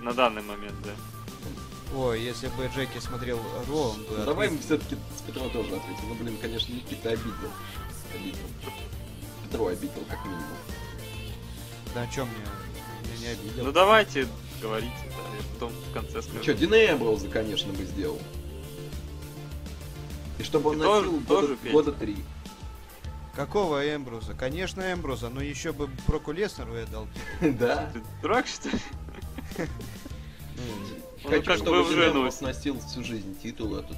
S1: на данный момент, да.
S2: Ой, если бы Джеки смотрел Ро, он бы
S3: Ну, давай
S2: ответил.
S3: мы все-таки с Петро тоже ответим. Ну, блин, конечно, Никита обидел. Обидел. Петро обидел, как минимум.
S2: Да о чем мне? Я не обидел.
S1: Ну давайте говорите, да, я потом в конце скажу.
S3: Ну что, Динея Эмброуза, конечно, бы сделал. И чтобы он
S1: И тоже-
S3: носил
S1: тоже
S3: года,
S1: петь.
S3: года три.
S2: Какого Эмбруса? Конечно, Эмбруса, но еще бы Проку Леснеру я дал.
S3: Да.
S1: Ты дурак, что ли? Ну,
S3: Хочу,
S1: как бы
S3: чтобы
S1: уже
S3: Динея
S1: ну,
S3: Эмброуз носил всю жизнь титул этот.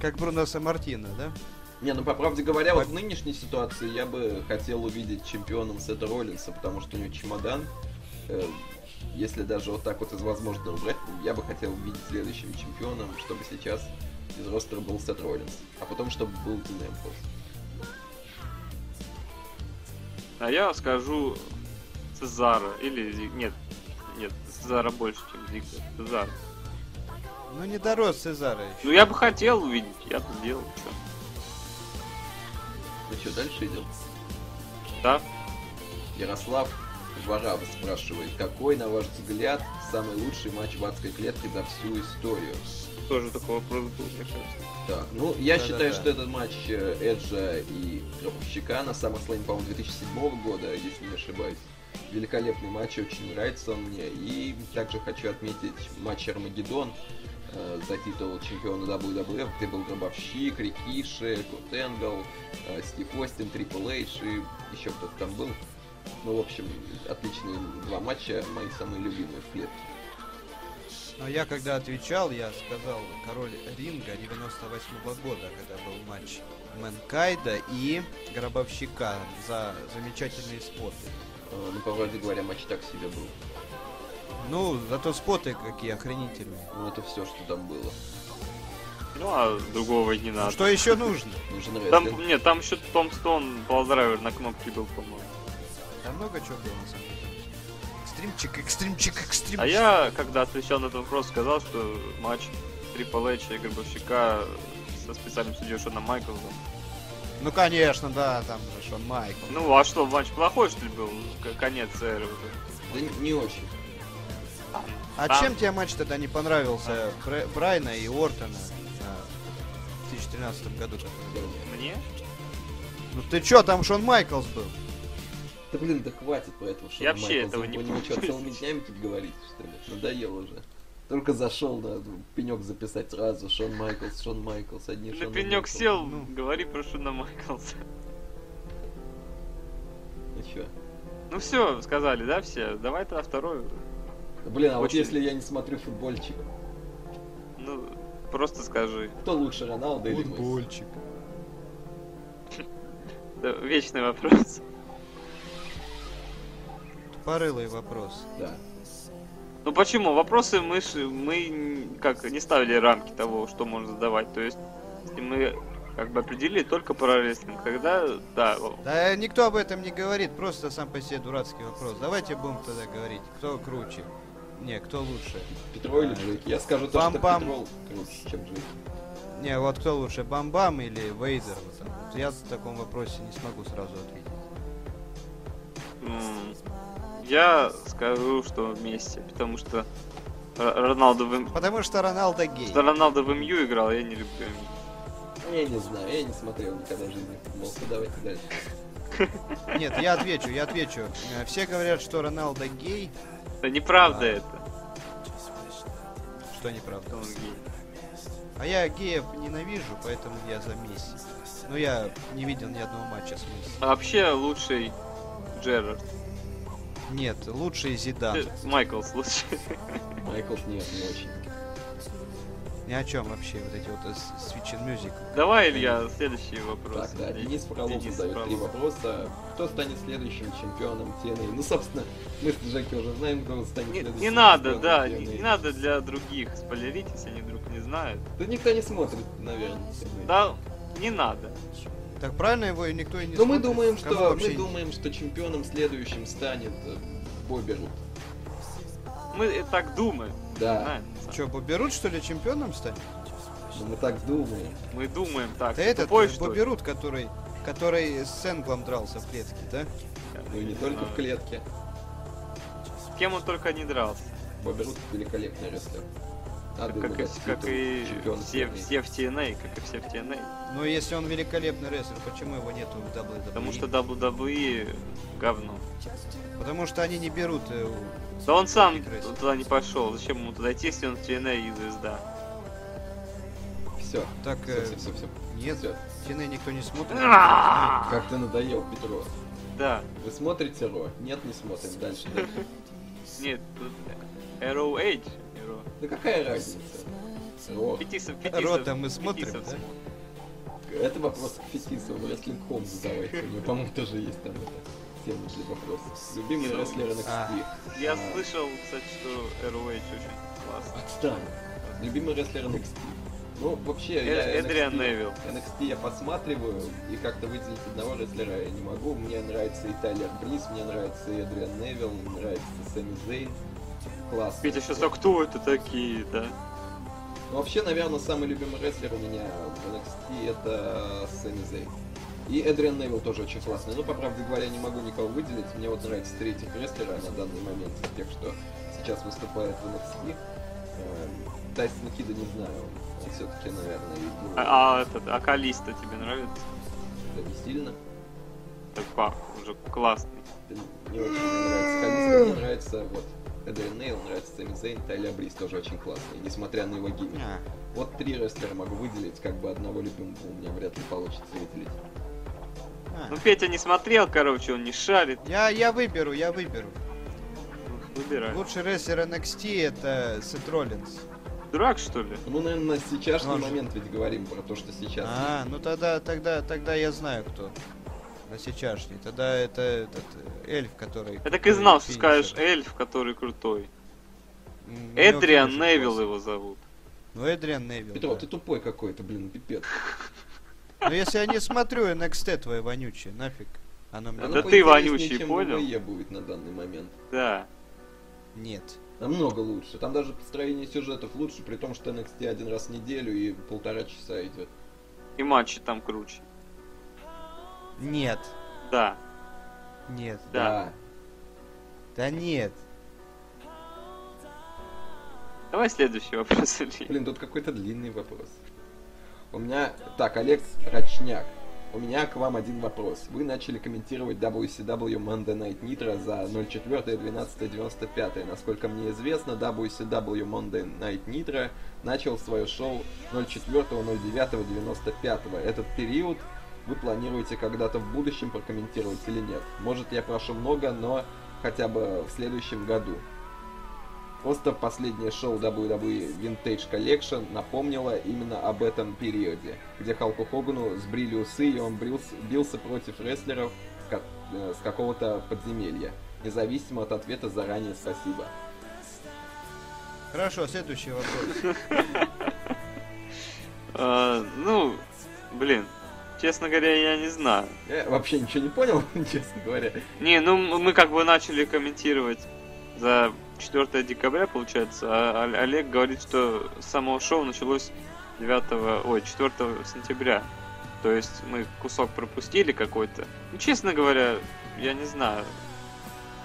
S2: Как Бруно Самартина, да?
S3: Не, ну по правде говоря, вот
S2: Пап-
S3: в нынешней ситуации я бы хотел увидеть чемпионом Сета Роллинса, потому что у него чемодан. э, если даже вот так вот из возможного брать, я бы хотел увидеть следующим чемпионом, чтобы сейчас из ростера был Сет Роллинс, а потом чтобы был Дин Эмброуз.
S1: А я скажу Цезара или Зи- нет, нет, Цезара больше, чем Зигзар. Цезар.
S2: Ну не дорос Цезара еще.
S1: Ну я бы хотел увидеть, я бы сделал что.
S3: Ну что, дальше идем?
S1: Да?
S3: Ярослав Варава спрашивает, какой, на ваш взгляд, самый лучший матч в адской клетке за всю историю?
S1: Тоже такой вопрос был, мне кажется.
S3: Так, ну, я
S2: Да-да-да.
S3: считаю, что этот матч э, Эджа и Гробовщика на SummerSlam, по-моему, 2007 года, если не ошибаюсь. Великолепный матч, очень нравится он мне. И также хочу отметить матч Армагеддон э, за титул чемпиона WWF, где был Гробовщик, Рикиши, Кот Энгл, э, Стив Остин, Трипл Эйдж и еще кто-то там был. Ну, в общем, отличные два матча, мои самые любимые в клетке.
S2: Но я когда отвечал, я сказал король ринга 98 года, когда был матч Мэнкайда и Гробовщика за замечательные споты.
S3: Э, Ну, по правде говоря, матч так себе был.
S2: Ну, зато споты какие охренительные.
S3: Ну, это все, что там было.
S1: Ну, а другого и не надо.
S2: Ну Что еще нужно?
S3: Нужен рестлинг.
S1: Там, нет, там еще Том Стоун, Балзрайвер на кнопке был, по-моему.
S2: Да много чего было на самом деле. Экстримчик, экстримчик, экстримчик.
S1: А я, когда отвечал на этот вопрос, сказал, что матч Triple H и Гробовщика со специальным судьей Шоном Майклзом.
S2: Ну конечно, да, там же Шон Майкл.
S1: Ну, а что, матч плохой, что ли, был? К- конец эры. вот этот.
S3: Да не- не очень.
S2: а
S1: там-
S2: чем тебе матч тогда не понравился Бра- Брайна и Ортона а, в 2013 году? который был?
S1: Мне?
S2: Ну ты чё, там Шон Майклс был?
S3: Да блин, да хватит про этого Шона
S1: Я вообще
S3: Майклза.
S1: этого не
S3: Вы него что,
S1: помню.
S3: целыми днями тут говорите, что ли? Надоело уже. Только зашел на пенек записать сразу. Шон Майклс, Шон Майклс, одни
S1: На
S3: Шона
S1: пенек
S3: Майклса.
S1: сел,
S2: Ну.
S1: говори про Шона Майклза.
S3: Ну чё?
S1: Ну все, сказали, да, все? Давай тогда второй.
S3: Да Блин, а вот
S1: Очень.
S3: если я не смотрю футбольчик,
S1: Ну, просто скажи.
S3: кто лучше, Роналдо или Месси?
S2: Футбольчик.
S1: Да, вечный вопрос.
S2: Порылый вопрос.
S3: Да.
S1: Ну почему? Вопросы мы, ж- мы н- как не ставили рамки того, что можно задавать. То есть и мы как бы определили только про рестлинг. Тогда, да, в-
S2: Да никто об этом не говорит, просто сам по себе дурацкий вопрос. Давайте будем тогда говорить, кто круче. Не, кто лучше.
S3: Петро или Джейк? Я скажу то, что
S2: Пам-пам.
S3: Петро круче, чем Джейк.
S2: Не, вот кто лучше, Бамбам или Вейдер? Вот так вот. Я в таком вопросе не смогу сразу ответить.
S1: м, я скажу, что вместе, потому что Р- Роналду в М-
S2: Потому что Роналдо гей.
S1: что Роналду в МЮ играл, а я не люблю МЮ.
S3: Ну, Я не знаю, я не смотрел никогда в жизни футбол. Ну, Давайте дальше.
S2: Нет, я отвечу, я отвечу. Э, Все говорят, что Роналдо гей,
S1: Да неправда
S2: А.
S1: это,
S2: что неправда.
S1: что он гей.
S2: А я геев ненавижу, поэтому я за Месси. Но я не видел ни одного матча с Месси.
S1: А вообще лучший Джерард.
S2: Нет, лучший Зидан.
S1: Э, Майклс лучший.
S3: Майклс нет, не очень.
S2: Ни о чем вообще, вот эти вот э, с- Switch and Music.
S1: Давай, Илья, следующий вопрос.
S3: Так, да, Денис Фролов
S1: Денис
S3: задает три
S1: Фролов.
S3: вопроса. Кто станет следующим чемпионом TNA? Ну, собственно, мы с Джеки уже знаем, кто станет
S1: Не,
S3: следующим
S1: не надо,
S3: чемпионом
S1: да, не,
S3: TNA.
S1: не надо для других спойлерить, если они вдруг не знают.
S3: Да никто не смотрит, наверное. TNA.
S1: Да, не надо.
S2: Так правильно его и никто и не
S3: Но мы
S2: смотрит?
S3: думаем,
S2: Кому
S3: что
S2: вообще
S3: мы думаем, что чемпионом следующим станет э, Бобби Рут.
S1: Мы и так думаем,
S3: Да,
S1: знаем.
S2: Че, берут что ли чемпионом стать?
S3: но мы так думаем.
S1: Мы думаем так.
S2: Да
S1: А Ты
S2: этот
S1: тупой,
S2: э,
S1: что ли?
S2: Бобби Рут, который, который с Энглом дрался в клетке, да?
S3: Ну и не только в клетке.
S1: А, С кем он только не дрался.
S3: Бобби Рут великолепный рестлер. А Надо
S1: Как,
S3: его
S1: и-
S3: дать титул
S1: как и
S3: чемпиона
S1: все,
S3: TNA.
S1: все в TNA, как и все в TNA.
S2: Но если он великолепный рестлер, почему его нету в WWE?
S1: Потому что WWE говно.
S2: Потому что они не берут... э, у-
S1: Да он сам
S2: великих рестлеров.
S1: туда не пошел. Зачем ему туда идти, если он в TNA и звезда?
S3: Все,
S2: Так,
S3: все,
S2: э,
S3: все, все, все.
S2: нет, стены никто не смотрит.
S1: А!
S3: Как ты надоел, Петро.
S1: Да.
S3: Вы смотрите Ро? Нет, не смотрим. Дальше, дальше.
S1: Нет, тут Arrow Age. Arrow.
S3: Да какая разница? О,
S1: Фетисов,
S2: Рота
S1: Фетисов.
S2: мы смотрим,
S1: Фетисов.
S2: да?
S3: это вопрос к Фетису, в Wrestling Home задавайте. У него, по-моему, тоже есть там эта тема для вопросов. Любимый
S1: Ну,
S3: рестлер NXT.
S1: Я
S3: А,
S1: слышал, кстати, что Arrow Age очень классно.
S3: Отстань. Любимый рестлер NXT. Ну, вообще, я
S1: Э- Эдриан
S3: NXT
S1: Невилл.
S3: NXT я посматриваю и как-то выделить одного рестлера я не могу. Мне нравится и Тайлер Бриз, мне нравится и Эдриан Невилл, мне нравится Сэмми Зейн. Классно.
S1: Петя сейчас, а кто это такие, да?
S3: Ну, Вообще, наверное, самый любимый рестлер у меня в NXT это Сэмми Зейн. И Эдриан Невилл тоже очень классный. Ну, по правде говоря, не могу никого выделить. Мне вот нравится третий рестлера на данный момент из тех, что сейчас выступает в NXT. Эм, Тайсона Кида не знаю. Он все-таки, наверное, ну,
S1: А, а этот, а Калиста тебе нравится?
S3: да не сильно.
S1: Так пах, уже классный.
S3: Мне очень нравится Калиста, мне нравится вот Эдриан Нейл, нравится Сэмми Зейн, Тайля Бриз тоже очень классный, несмотря на его гиммик.
S2: А,
S3: Вот три рестлера могу выделить, как бы одного любимого у меня вряд ли получится выделить.
S2: а.
S1: Ну, Петя не смотрел, короче, он не шарит.
S2: Я, я выберу, я выберу.
S1: Выбирай.
S2: Лучший рестлер NXT это Сет Роллинс.
S1: Дурак, что ли?
S3: Ну, наверное, на сейчасшний
S2: Он же-
S3: момент ведь говорим про то, что сейчас.
S2: А, ну тогда, тогда, тогда я знаю кто. На сейчасшний. Тогда это этот э, эльф, который...
S1: Я так и знал, что
S2: финишер.
S1: скажешь э, эльф, который крутой.
S2: М, у него
S1: Эдриан
S2: финишер
S1: Невилл
S2: классный.
S1: его зовут.
S2: Ну, Эдриан Невилл.
S3: Петро,
S2: да.
S3: ты тупой какой-то, блин, пипец.
S2: Ну, если я не смотрю NXT твои вонючие, нафиг. Оно мне...
S1: Да
S3: Оно
S1: ты
S3: поинтереснее,
S1: вонючий,
S3: чем
S1: понял?
S3: WWE будет на данный момент.
S1: Да.
S2: Нет.
S3: Намного лучше. Там даже построение сюжетов лучше, при том, что NXT один раз в неделю и полтора часа идет.
S1: И матчи там круче.
S2: Нет.
S1: Да.
S2: Нет.
S1: Да.
S2: Да нет.
S1: Давай следующий вопрос, Илья.
S3: Блин, тут какой-то длинный вопрос. У меня... Так, Олег Рачняк. У меня к вам один вопрос. Вы начали комментировать WCW Monday Night Nitro за 04 12 95 Насколько мне известно, WCW Monday Night Nitro начал свое шоу 04 09 95 Этот период вы планируете когда-то в будущем прокомментировать или нет? Может, я прошу много, но хотя бы в следующем году. Просто последнее шоу WWE Vintage Collection напомнило именно об этом периоде, где Халку Хогану сбрили усы, и он брился- бился против рестлеров ка- э, с какого-то подземелья. Независимо от ответа заранее спасибо.
S2: Хорошо, следующий вопрос.
S1: Э, ну, блин, честно говоря, я не знаю.
S3: Я вообще ничего не понял, честно говоря.
S1: Не, ну м- мы как бы начали комментировать за 4 декабря, получается, а О- Олег говорит, что само шоу началось 9, ой, 4 сентября. То есть мы кусок пропустили какой-то. Ну, честно говоря, я не знаю.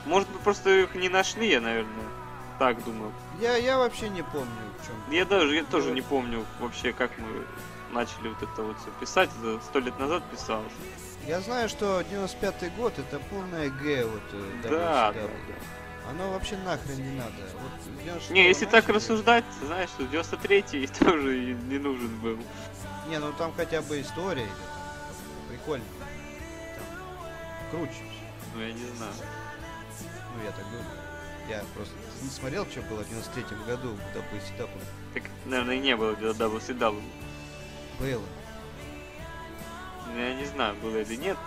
S1: Может быть, просто их не нашли, я, наверное, так думаю.
S2: Я, я вообще не помню, в чем.
S1: Я даже я тоже не помню вообще, как мы начали вот это вот все писать. Это сто лет назад писалось.
S2: Я знаю, что 95-й год это полная г вот э,
S1: Да, да,
S2: WCW. Оно вообще нахрен не надо. Вот, 96-го
S1: Не, если так
S2: начали-
S1: рассуждать, знаешь, что 93-й тоже и не нужен был.
S2: Не, ну там хотя бы история идет. Прикольно. Там круче. всё.
S1: Ну, я не знаю.
S2: Ну я так думаю. Я просто не смотрел, что было в 93-м году в WCW.
S1: Так, наверное, и не было для WCW.
S2: Было.
S1: Ну, Я не знаю, было или нет.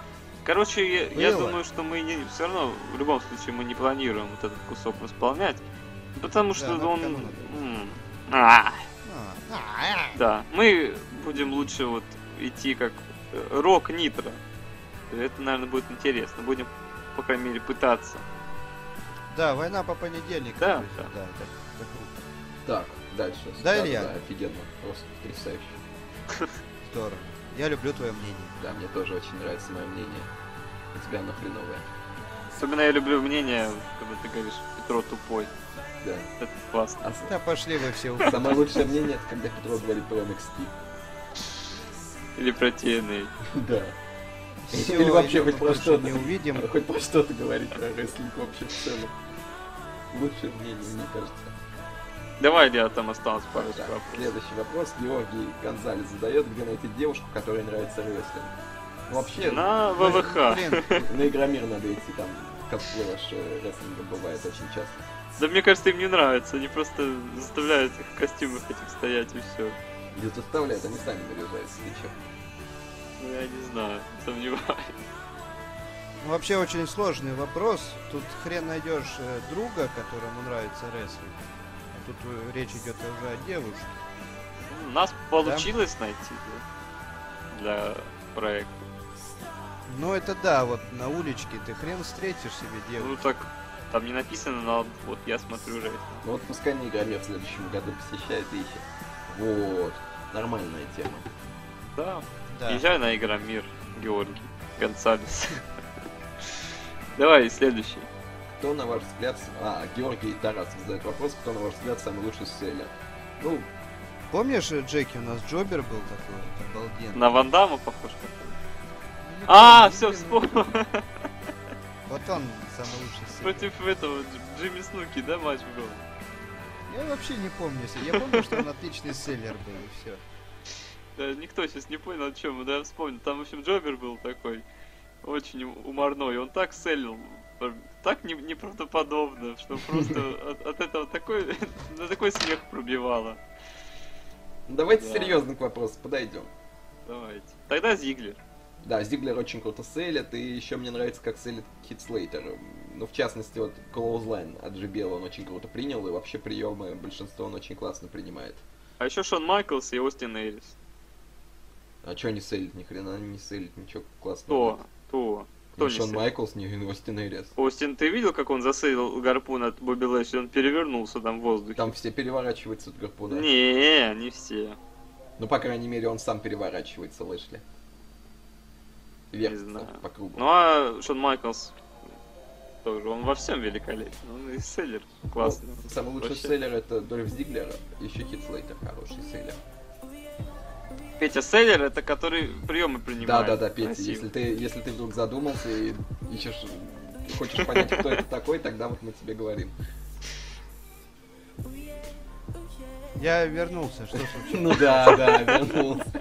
S1: Короче, я, я
S2: Было.
S1: думаю, что мы не, все равно, в любом случае, мы не планируем вот этот кусок исполнять. Потому
S2: Да,
S1: что
S2: нам
S1: он...
S2: кому надо.
S1: м, а,
S2: А, а, а.
S1: да, мы будем лучше вот идти как э, рок нитро. Это, наверное, будет интересно. Будем, по крайней мере, пытаться.
S2: Да, война по понедельникам.
S1: Да,
S2: друзья.
S1: да.
S2: да, это- это круто.
S3: Так, дальше.
S2: Да,
S3: Стас,
S2: Илья?
S3: да, офигенно, просто потрясающе.
S2: Здорово. Я люблю твое мнение.
S3: Да, мне тоже очень нравится мое мнение. У тебя оно хреновое.
S1: Особенно я люблю мнение, когда ты говоришь, Петро тупой.
S3: Да.
S1: Это классно.
S3: А
S2: Да пошли вы все. в-
S3: самое лучшее мнение, это когда Петро говорит про NXT.
S1: Или про TNA.
S3: Да.
S2: Всё,
S3: Или вообще
S2: идём,
S3: хоть
S2: мы
S3: про
S2: больше
S3: что-то.
S2: Не увидим.
S3: Надо хоть про что-то говорить про рестлинг вообще в целом. Лучшее мнение, мне кажется.
S1: Давай, Илья, там осталось пару
S3: Так,
S1: вопросов.
S3: следующий вопрос. Георгий Гонзалес задает, где найти девушку, которой нравится рестлинг. Ну, Вообще,
S1: На
S3: на,
S1: ВВХ.
S2: Блин,
S3: Игромир надо идти, там косплей ваш э, рестлинга бывает очень часто.
S1: Да мне кажется, им не нравится. Они просто заставляют их в костюмах этих стоять и все.
S3: Не заставляют, они сами наряжаются, ты чё?
S1: Ну, я не знаю, сомневаюсь.
S2: ну, вообще очень сложный вопрос. Тут хрен найдешь э, друга, которому нравится рестлинг. А тут э, речь идет уже о девушке.
S1: Ну, У нас получилось найти да, для проекта.
S2: Ну это да, вот на уличке ты хрен встретишь себе девушку.
S1: Ну так, там не написано, но вот я смотрю же.
S3: Ну вот пускай не Игромир в следующем году посещает и ищет. Вот. Нормальная тема.
S1: Да,
S2: Да.
S1: Ну, езжай на Игромир. Георгий Гонсалес. Давай, следующий.
S3: Кто, на ваш взгляд... с- А, Георгий Тарасов задает вопрос, кто, на ваш взгляд, самый лучший селлер? Ну,
S2: Помнишь, э, Джеки, у нас Джобер был такой, обалденный.
S1: На Ван Дамма похож.
S2: Ну,
S1: А,
S2: блин,
S1: все,
S2: ну,
S1: вспомнил.
S2: Вот он самый лучший сын.
S1: Против этого Дж- Джимми Снуки, да, матч был?
S2: Я вообще не помню. если- Я помню, что он отличный селлер был, и все.
S1: Да, никто сейчас не понял, о чем, да, я вспомнил. Там, в общем, Джобер был такой, очень у- уморной. Он так селил, пр- так не- неправдоподобно, что просто от, от этого такой, на такой смех пробивало.
S3: Ну, давайте
S1: Да.
S3: серьезно к вопросу подойдем.
S1: Давайте. Тогда Зиглер.
S3: Да, Зиглер очень круто селит, и еще мне нравится, как селит Кит Слейтер. Ну, в частности, вот Клоузлайн от GBL он очень круто принял, и вообще приемы большинство он очень классно принимает.
S1: А еще Шон Майклс и Остин Эрис.
S3: А что не селит? Ни хрена не селит, ничего классного.
S1: То, то.
S3: Ни
S1: Кто не
S3: Шон
S1: селит?
S3: Майклс, ни Остин Эрис.
S1: Остин, ты видел, как он засеял гарпун от Бобби Лэшли? Он перевернулся там в воздухе.
S3: Там все переворачиваются от гарпуна.
S1: Не, не все.
S3: Ну, по крайней мере, он сам переворачивается, Лэшли. Вертится
S1: знаю.
S3: по кругу.
S1: Ну а Шон Майклс тоже, он во всем великолепен. Он и селлер классный.
S3: Ну, самый лучший
S1: Вообще.
S3: селлер это Дольф Зиглер, еще Кит Слейтер хороший селлер.
S1: Петя Селлер это который приемы принимает.
S3: Да, да, да, Петя,
S1: Красиво.
S3: если ты, если ты вдруг задумался и ищешь, хочешь понять, кто это такой, тогда вот мы тебе говорим.
S2: Я вернулся, что случилось?
S3: Ну да, да, ну. вернулся.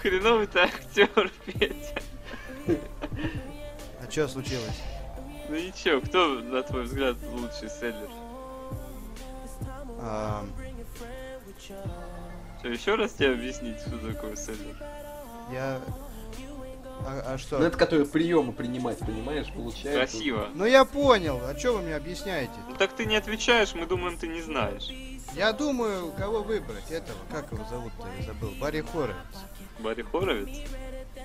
S1: Хреновый ты актер, Петя.
S2: А что случилось?
S1: Ну ничего, кто, на твой взгляд, лучший селлер?
S2: Ам,
S1: Что, еще раз тебе объяснить, что такое селлер?
S2: Я... А, а что?
S3: Ну это который приемы принимать, понимаешь, получается.
S1: Красиво.
S2: Ну я понял, а что вы мне объясняете?
S1: Ну так ты не отвечаешь, мы думаем, ты не знаешь.
S2: Я думаю, кого выбрать этого. Как его зовут-то, я забыл. Барри Хоровиц.
S1: Барри Хоровиц?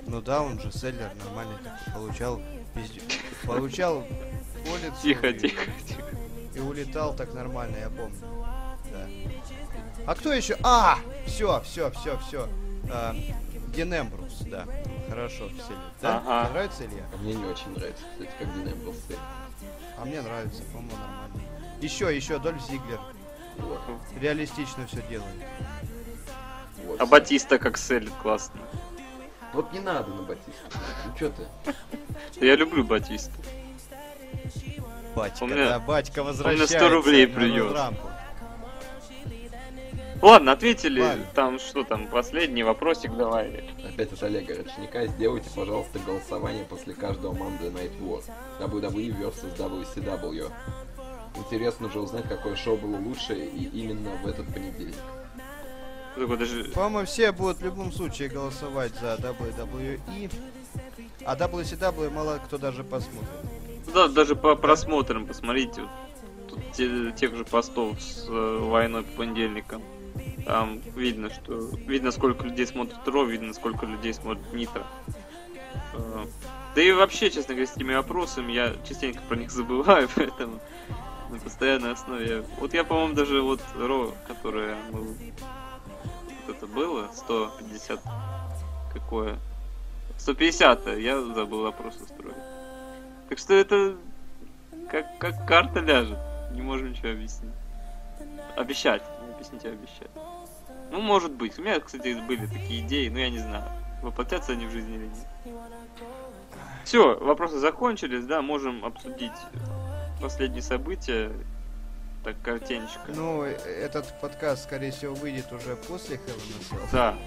S2: Ну да, он же селлер, нормально так получал пизде- Получал по лицу
S1: Тихо,
S2: и-
S1: тихо, тихо.
S2: И улетал так нормально, я помню. Да. А кто еще? А! Все, все, все, все. Генембрус, А, да. Хорошо, все. Да?
S1: Ага.
S2: Тебе нравится Илья?
S3: А Мне не очень нравится, кстати, как Динам был селлер.
S2: А мне нравится, по-моему, нормально. Еще, еще, Дольф Зиглер.
S3: Вот,
S2: Реалистично все делает.
S3: вот.
S1: А Батиста как селлит классно.
S3: Вот не надо на Батиста. Ну что ты?
S1: Я люблю Батиста.
S2: Батька,
S1: У меня-
S2: да, батька возвращается.
S1: 100 рублей
S2: на
S1: принёс.
S2: раздрамку.
S1: Ладно, ответили.
S2: Ладно.
S1: Там что там, последний вопросик давай.
S3: Опять от Олега Рочника. Сделайте, пожалуйста, голосование после каждого Monday Night War. WWE vs. WCW. Интересно же узнать, какое шоу было лучше и именно в этот понедельник.
S1: Такой даже
S2: По-моему, все будут в любом случае голосовать за WWE. А WCW мало кто даже посмотрит.
S1: Да, даже по просмотрам посмотрите. вот Тут те- тех же постов с э, войной по понедельникам. Там видно, что видно, сколько людей смотрит Ро, видно, сколько людей смотрит Нитро. Э, Да и вообще, честно говоря, с этими опросами я частенько про них забываю, поэтому на постоянной основе. Вот я, по-моему, даже вот Ро, которое мы... вот это было, 150 какое? 150 я забыл опрос устроить. Так что это как, как карта ляжет. Не можем ничего объяснить. Обещать. Не объяснить, а обещать. Ну, может быть. У меня, кстати, были такие идеи, но я не знаю, воплотятся они в жизни или нет. Все, вопросы закончились, да, можем обсудить последние события. Так, картиночка.
S2: Ну, э, этот подкаст, скорее всего, выйдет уже после Hell in a Cell.
S1: Да.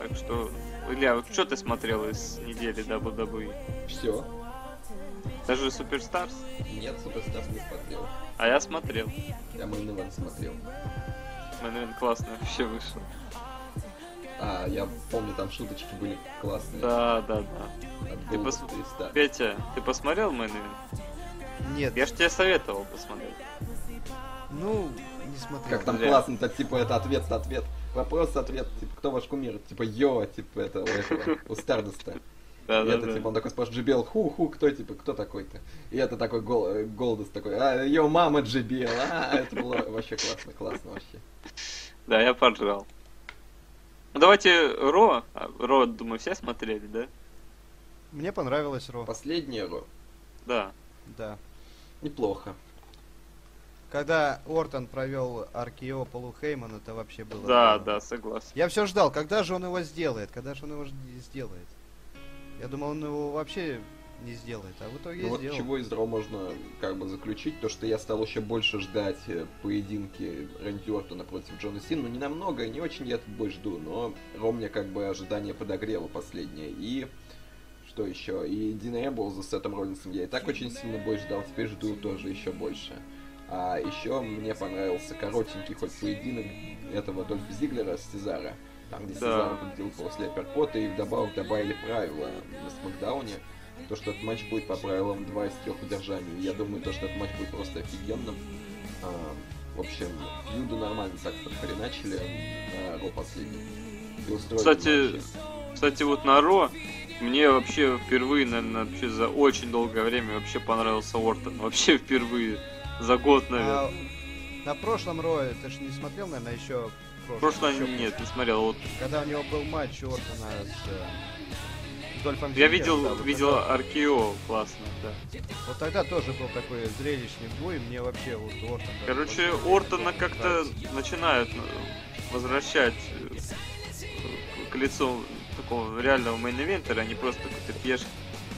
S1: Так что, Илья, вот что ты смотрел из недели WWE?
S3: Все.
S1: Даже Суперстарс?
S3: Нет, Суперстарс не смотрел.
S1: А я смотрел.
S3: Я Мэйн Ивент смотрел.
S1: Мэн классно вообще вышел.
S3: А, я помню, там шуточки были классные.
S1: Да, да, да.
S3: От
S1: Ты
S3: Голда
S1: пос-
S3: Твиста.
S1: Петя, ты посмотрел Мэн Ивент»?
S2: Нет,
S1: Я же тебе советовал посмотреть.
S2: ну, не смотрел.
S3: Как там
S1: Зря.
S3: классно, так типа это ответ, на ответ. Вопрос, ответ, типа, кто ваш кумир? Типа, йо, типа, это у этого, у Стардоста.
S1: Да,
S3: И
S1: да,
S3: это,
S1: да.
S3: типа, он такой спрашивает, JBL, ху-ху, кто, типа, кто такой-то? И это такой гол, э, Голдос такой, а, йо, мама JBL, а, это было вообще классно, классно вообще.
S1: Да, я поржал. Ну, Давайте Ро. А, Ро, думаю, все смотрели, да?
S2: Мне понравилось Ро.
S3: Последнее Ро.
S1: Да.
S2: Да.
S3: Неплохо.
S2: Когда Ортон провел Аркио Полу Хеймана, это вообще было.
S1: Да,
S2: здорово.
S1: да, согласен.
S2: Я все ждал, когда же он его сделает, когда же он его ж- сделает. Я думал, он его вообще не сделает, а в итоге
S3: Ну вот
S2: сделал.
S3: чего из Ро можно как бы заключить, то что я стал еще больше ждать э, поединки Рэнди Ортона против Джона Син, ну не намного, не очень я тут больше жду, но Ро мне как бы ожидание подогрело последнее, и что еще, и Дина Эмболза с Сетом Роллинсом я и так очень сильно больше ждал, теперь жду тоже еще больше. А еще мне понравился коротенький хоть поединок этого Дольфа Зиглера с Сезара, там где
S1: Да.
S3: Сезар победил после апперкота и вдобавок добавили правила на Смакдауне, то, что этот матч будет по правилам 2 из 3 удержаний. Я думаю, то, что этот матч будет просто офигенным. А, в общем, фьюды нормально так подхреначили на Ро последний. И устроили
S1: Кстати,
S3: матчи.
S1: Кстати, вот на Ро мне вообще впервые, наверное, вообще за очень долгое время вообще понравился Ортон. Вообще впервые. За год, наверное.
S2: А на прошлом Рое ты же не смотрел, наверное, еще
S1: Прошлое нет, не смотрел. Вот
S2: Когда у него был матч Ортона с э, Дольфом
S1: я
S2: Зиглером,
S1: видел,
S2: да, вот
S1: видел
S2: тогда-
S1: Аркио классно, да.
S2: Вот тогда тоже был такой зрелищный бой, мне вообще вот Ортон... даже
S1: Короче,
S2: больше
S1: Ортона
S2: нравится.
S1: как-то начинают э, возвращать э, к- к лицу такого реального мейн-инвентера, а не просто какой-то пешки.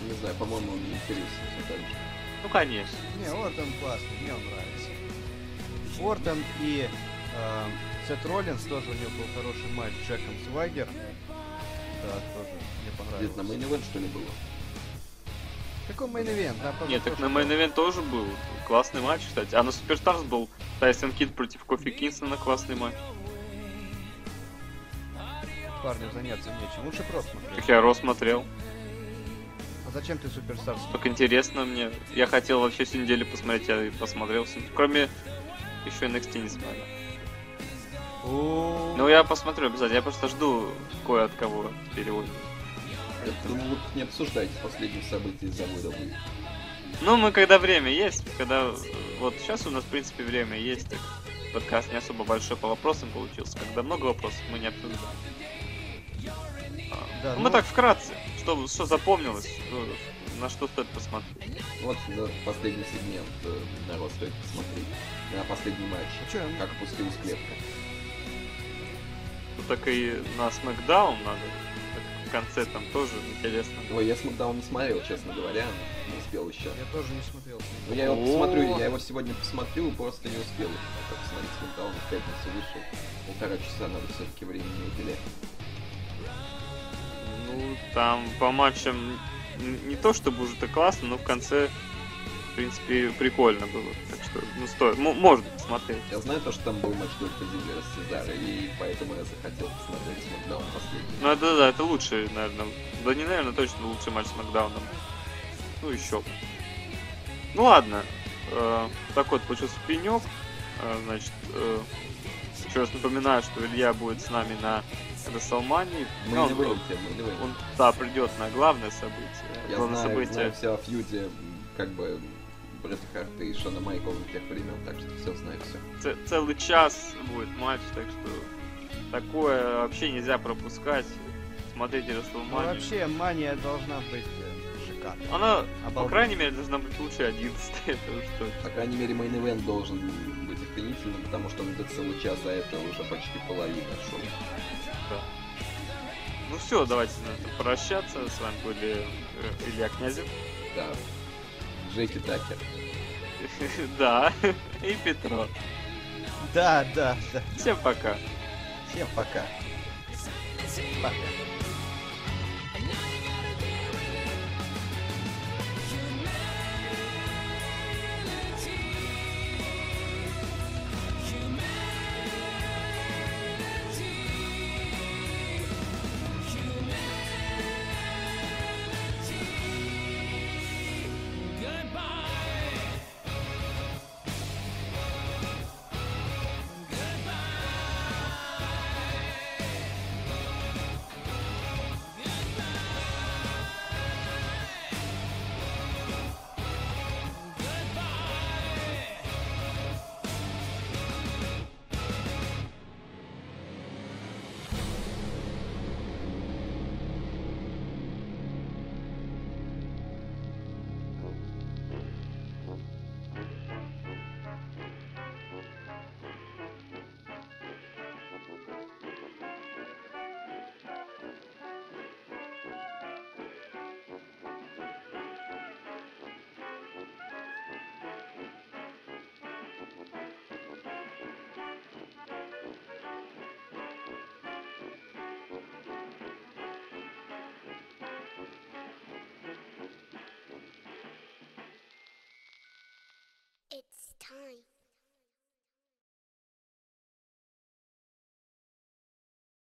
S3: Не знаю, по-моему, он не интересен всё так же.
S1: Ну, конечно.
S2: Не, Ортон классный, мне он нравится. Ортон и э, Сет Роллинс тоже у него был хороший матч с Джеком Свагер. Да, тоже мне
S3: Где-то на
S2: понравилось.
S3: мейн ивент что ли, было?
S2: Какой мейн-эвент? Да,
S1: Нет, так на
S2: позапрошлый.
S1: мейн ивент тоже был классный матч, кстати. А на Суперстарс был Тайсон Кид против Кофи Кингстона классный матч.
S2: Парню заняться нечем, лучше просто смотреть.
S1: Как я Рос смотрел.
S2: А зачем ты суперстар? смотришь?
S1: Так интересно мне. Я хотел вообще всю неделю посмотреть, я и посмотрел всю. Кроме еще NXT не смотрел.
S2: О,
S1: Ну, я посмотрю обязательно. Я просто жду кое от кого перевод.
S3: Я думаю, вы тут не обсуждаете последние события из-за WWE.
S1: Ну, мы когда время есть, когда... э, Вот сейчас у нас, в принципе, время есть, так подкаст не особо большой по вопросам получился. Когда много вопросов, мы не обсуждаем. А,
S2: Да,
S1: ну,
S2: ну-
S1: Мы так вкратце, что, что запомнилось, что- на что стоит посмотреть.
S3: Вот на последний сегмент э, народ стоит посмотреть. На последний матч.
S2: а чё,
S3: Как опустилась клетка.
S1: Ну, так и на Смакдаун надо. так в конце там тоже интересно.
S3: Ой, я Смакдаун не смотрел, честно говоря. Не успел еще.
S2: я тоже не смотрел.
S3: Ну, я его
S1: О.
S3: посмотрю, я его сегодня посмотрю, просто не успел еще так посмотреть, когда он в пятницу вышел. Полтора часа надо все-таки времени уделять.
S1: Ну, там по матчам н- не то чтобы уже так классно, но в конце, в принципе, прикольно было. Так что, ну, стоит, м- можно посмотреть.
S3: Я знаю то, что там был матч Дольфа Зиглера с Сезаро, и поэтому я захотел посмотреть Смакдаун последний.
S1: Ну, это да, это лучший, наверное. Да не, наверное, точно лучший матч с Макдауном. Ну, еще. бы. Ну, ладно. Э, так вот, получился пенек. Э, значит, э, еще раз напоминаю, что Илья будет с нами на Расселмании.
S3: Мы
S1: Ну,
S3: не
S1: он,
S3: выйдем, мы не выйдем.
S1: он, да, придет на главное событие.
S3: Я
S1: главное
S3: знаю,
S1: событие.
S3: знаю все о фьюде, м, как бы, Бретта Харта и Шона Майкова тех времен, так что все знаю все.
S1: Ц- целый час будет матч, так что такое вообще нельзя пропускать. Смотрите
S2: Ну,
S1: Расселманию.
S2: вообще, мания должна быть э, шикарной.
S1: Она, по
S2: Обалденно.
S1: крайней мере, должна быть лучше 11 это уж точно.
S3: По крайней мере, мейн ивент должен быть охренительным, потому что он идет целый час, а это уже почти половина шоу.
S1: Ну все, давайте на этом прощаться. С вами были э, Илья Князев.
S3: Да. Джеки Такер.
S1: Да, и Петро.
S2: Да, да, да.
S1: Всем пока.
S2: Всем пока. Пока.
S4: Goodbye.
S5: It's time.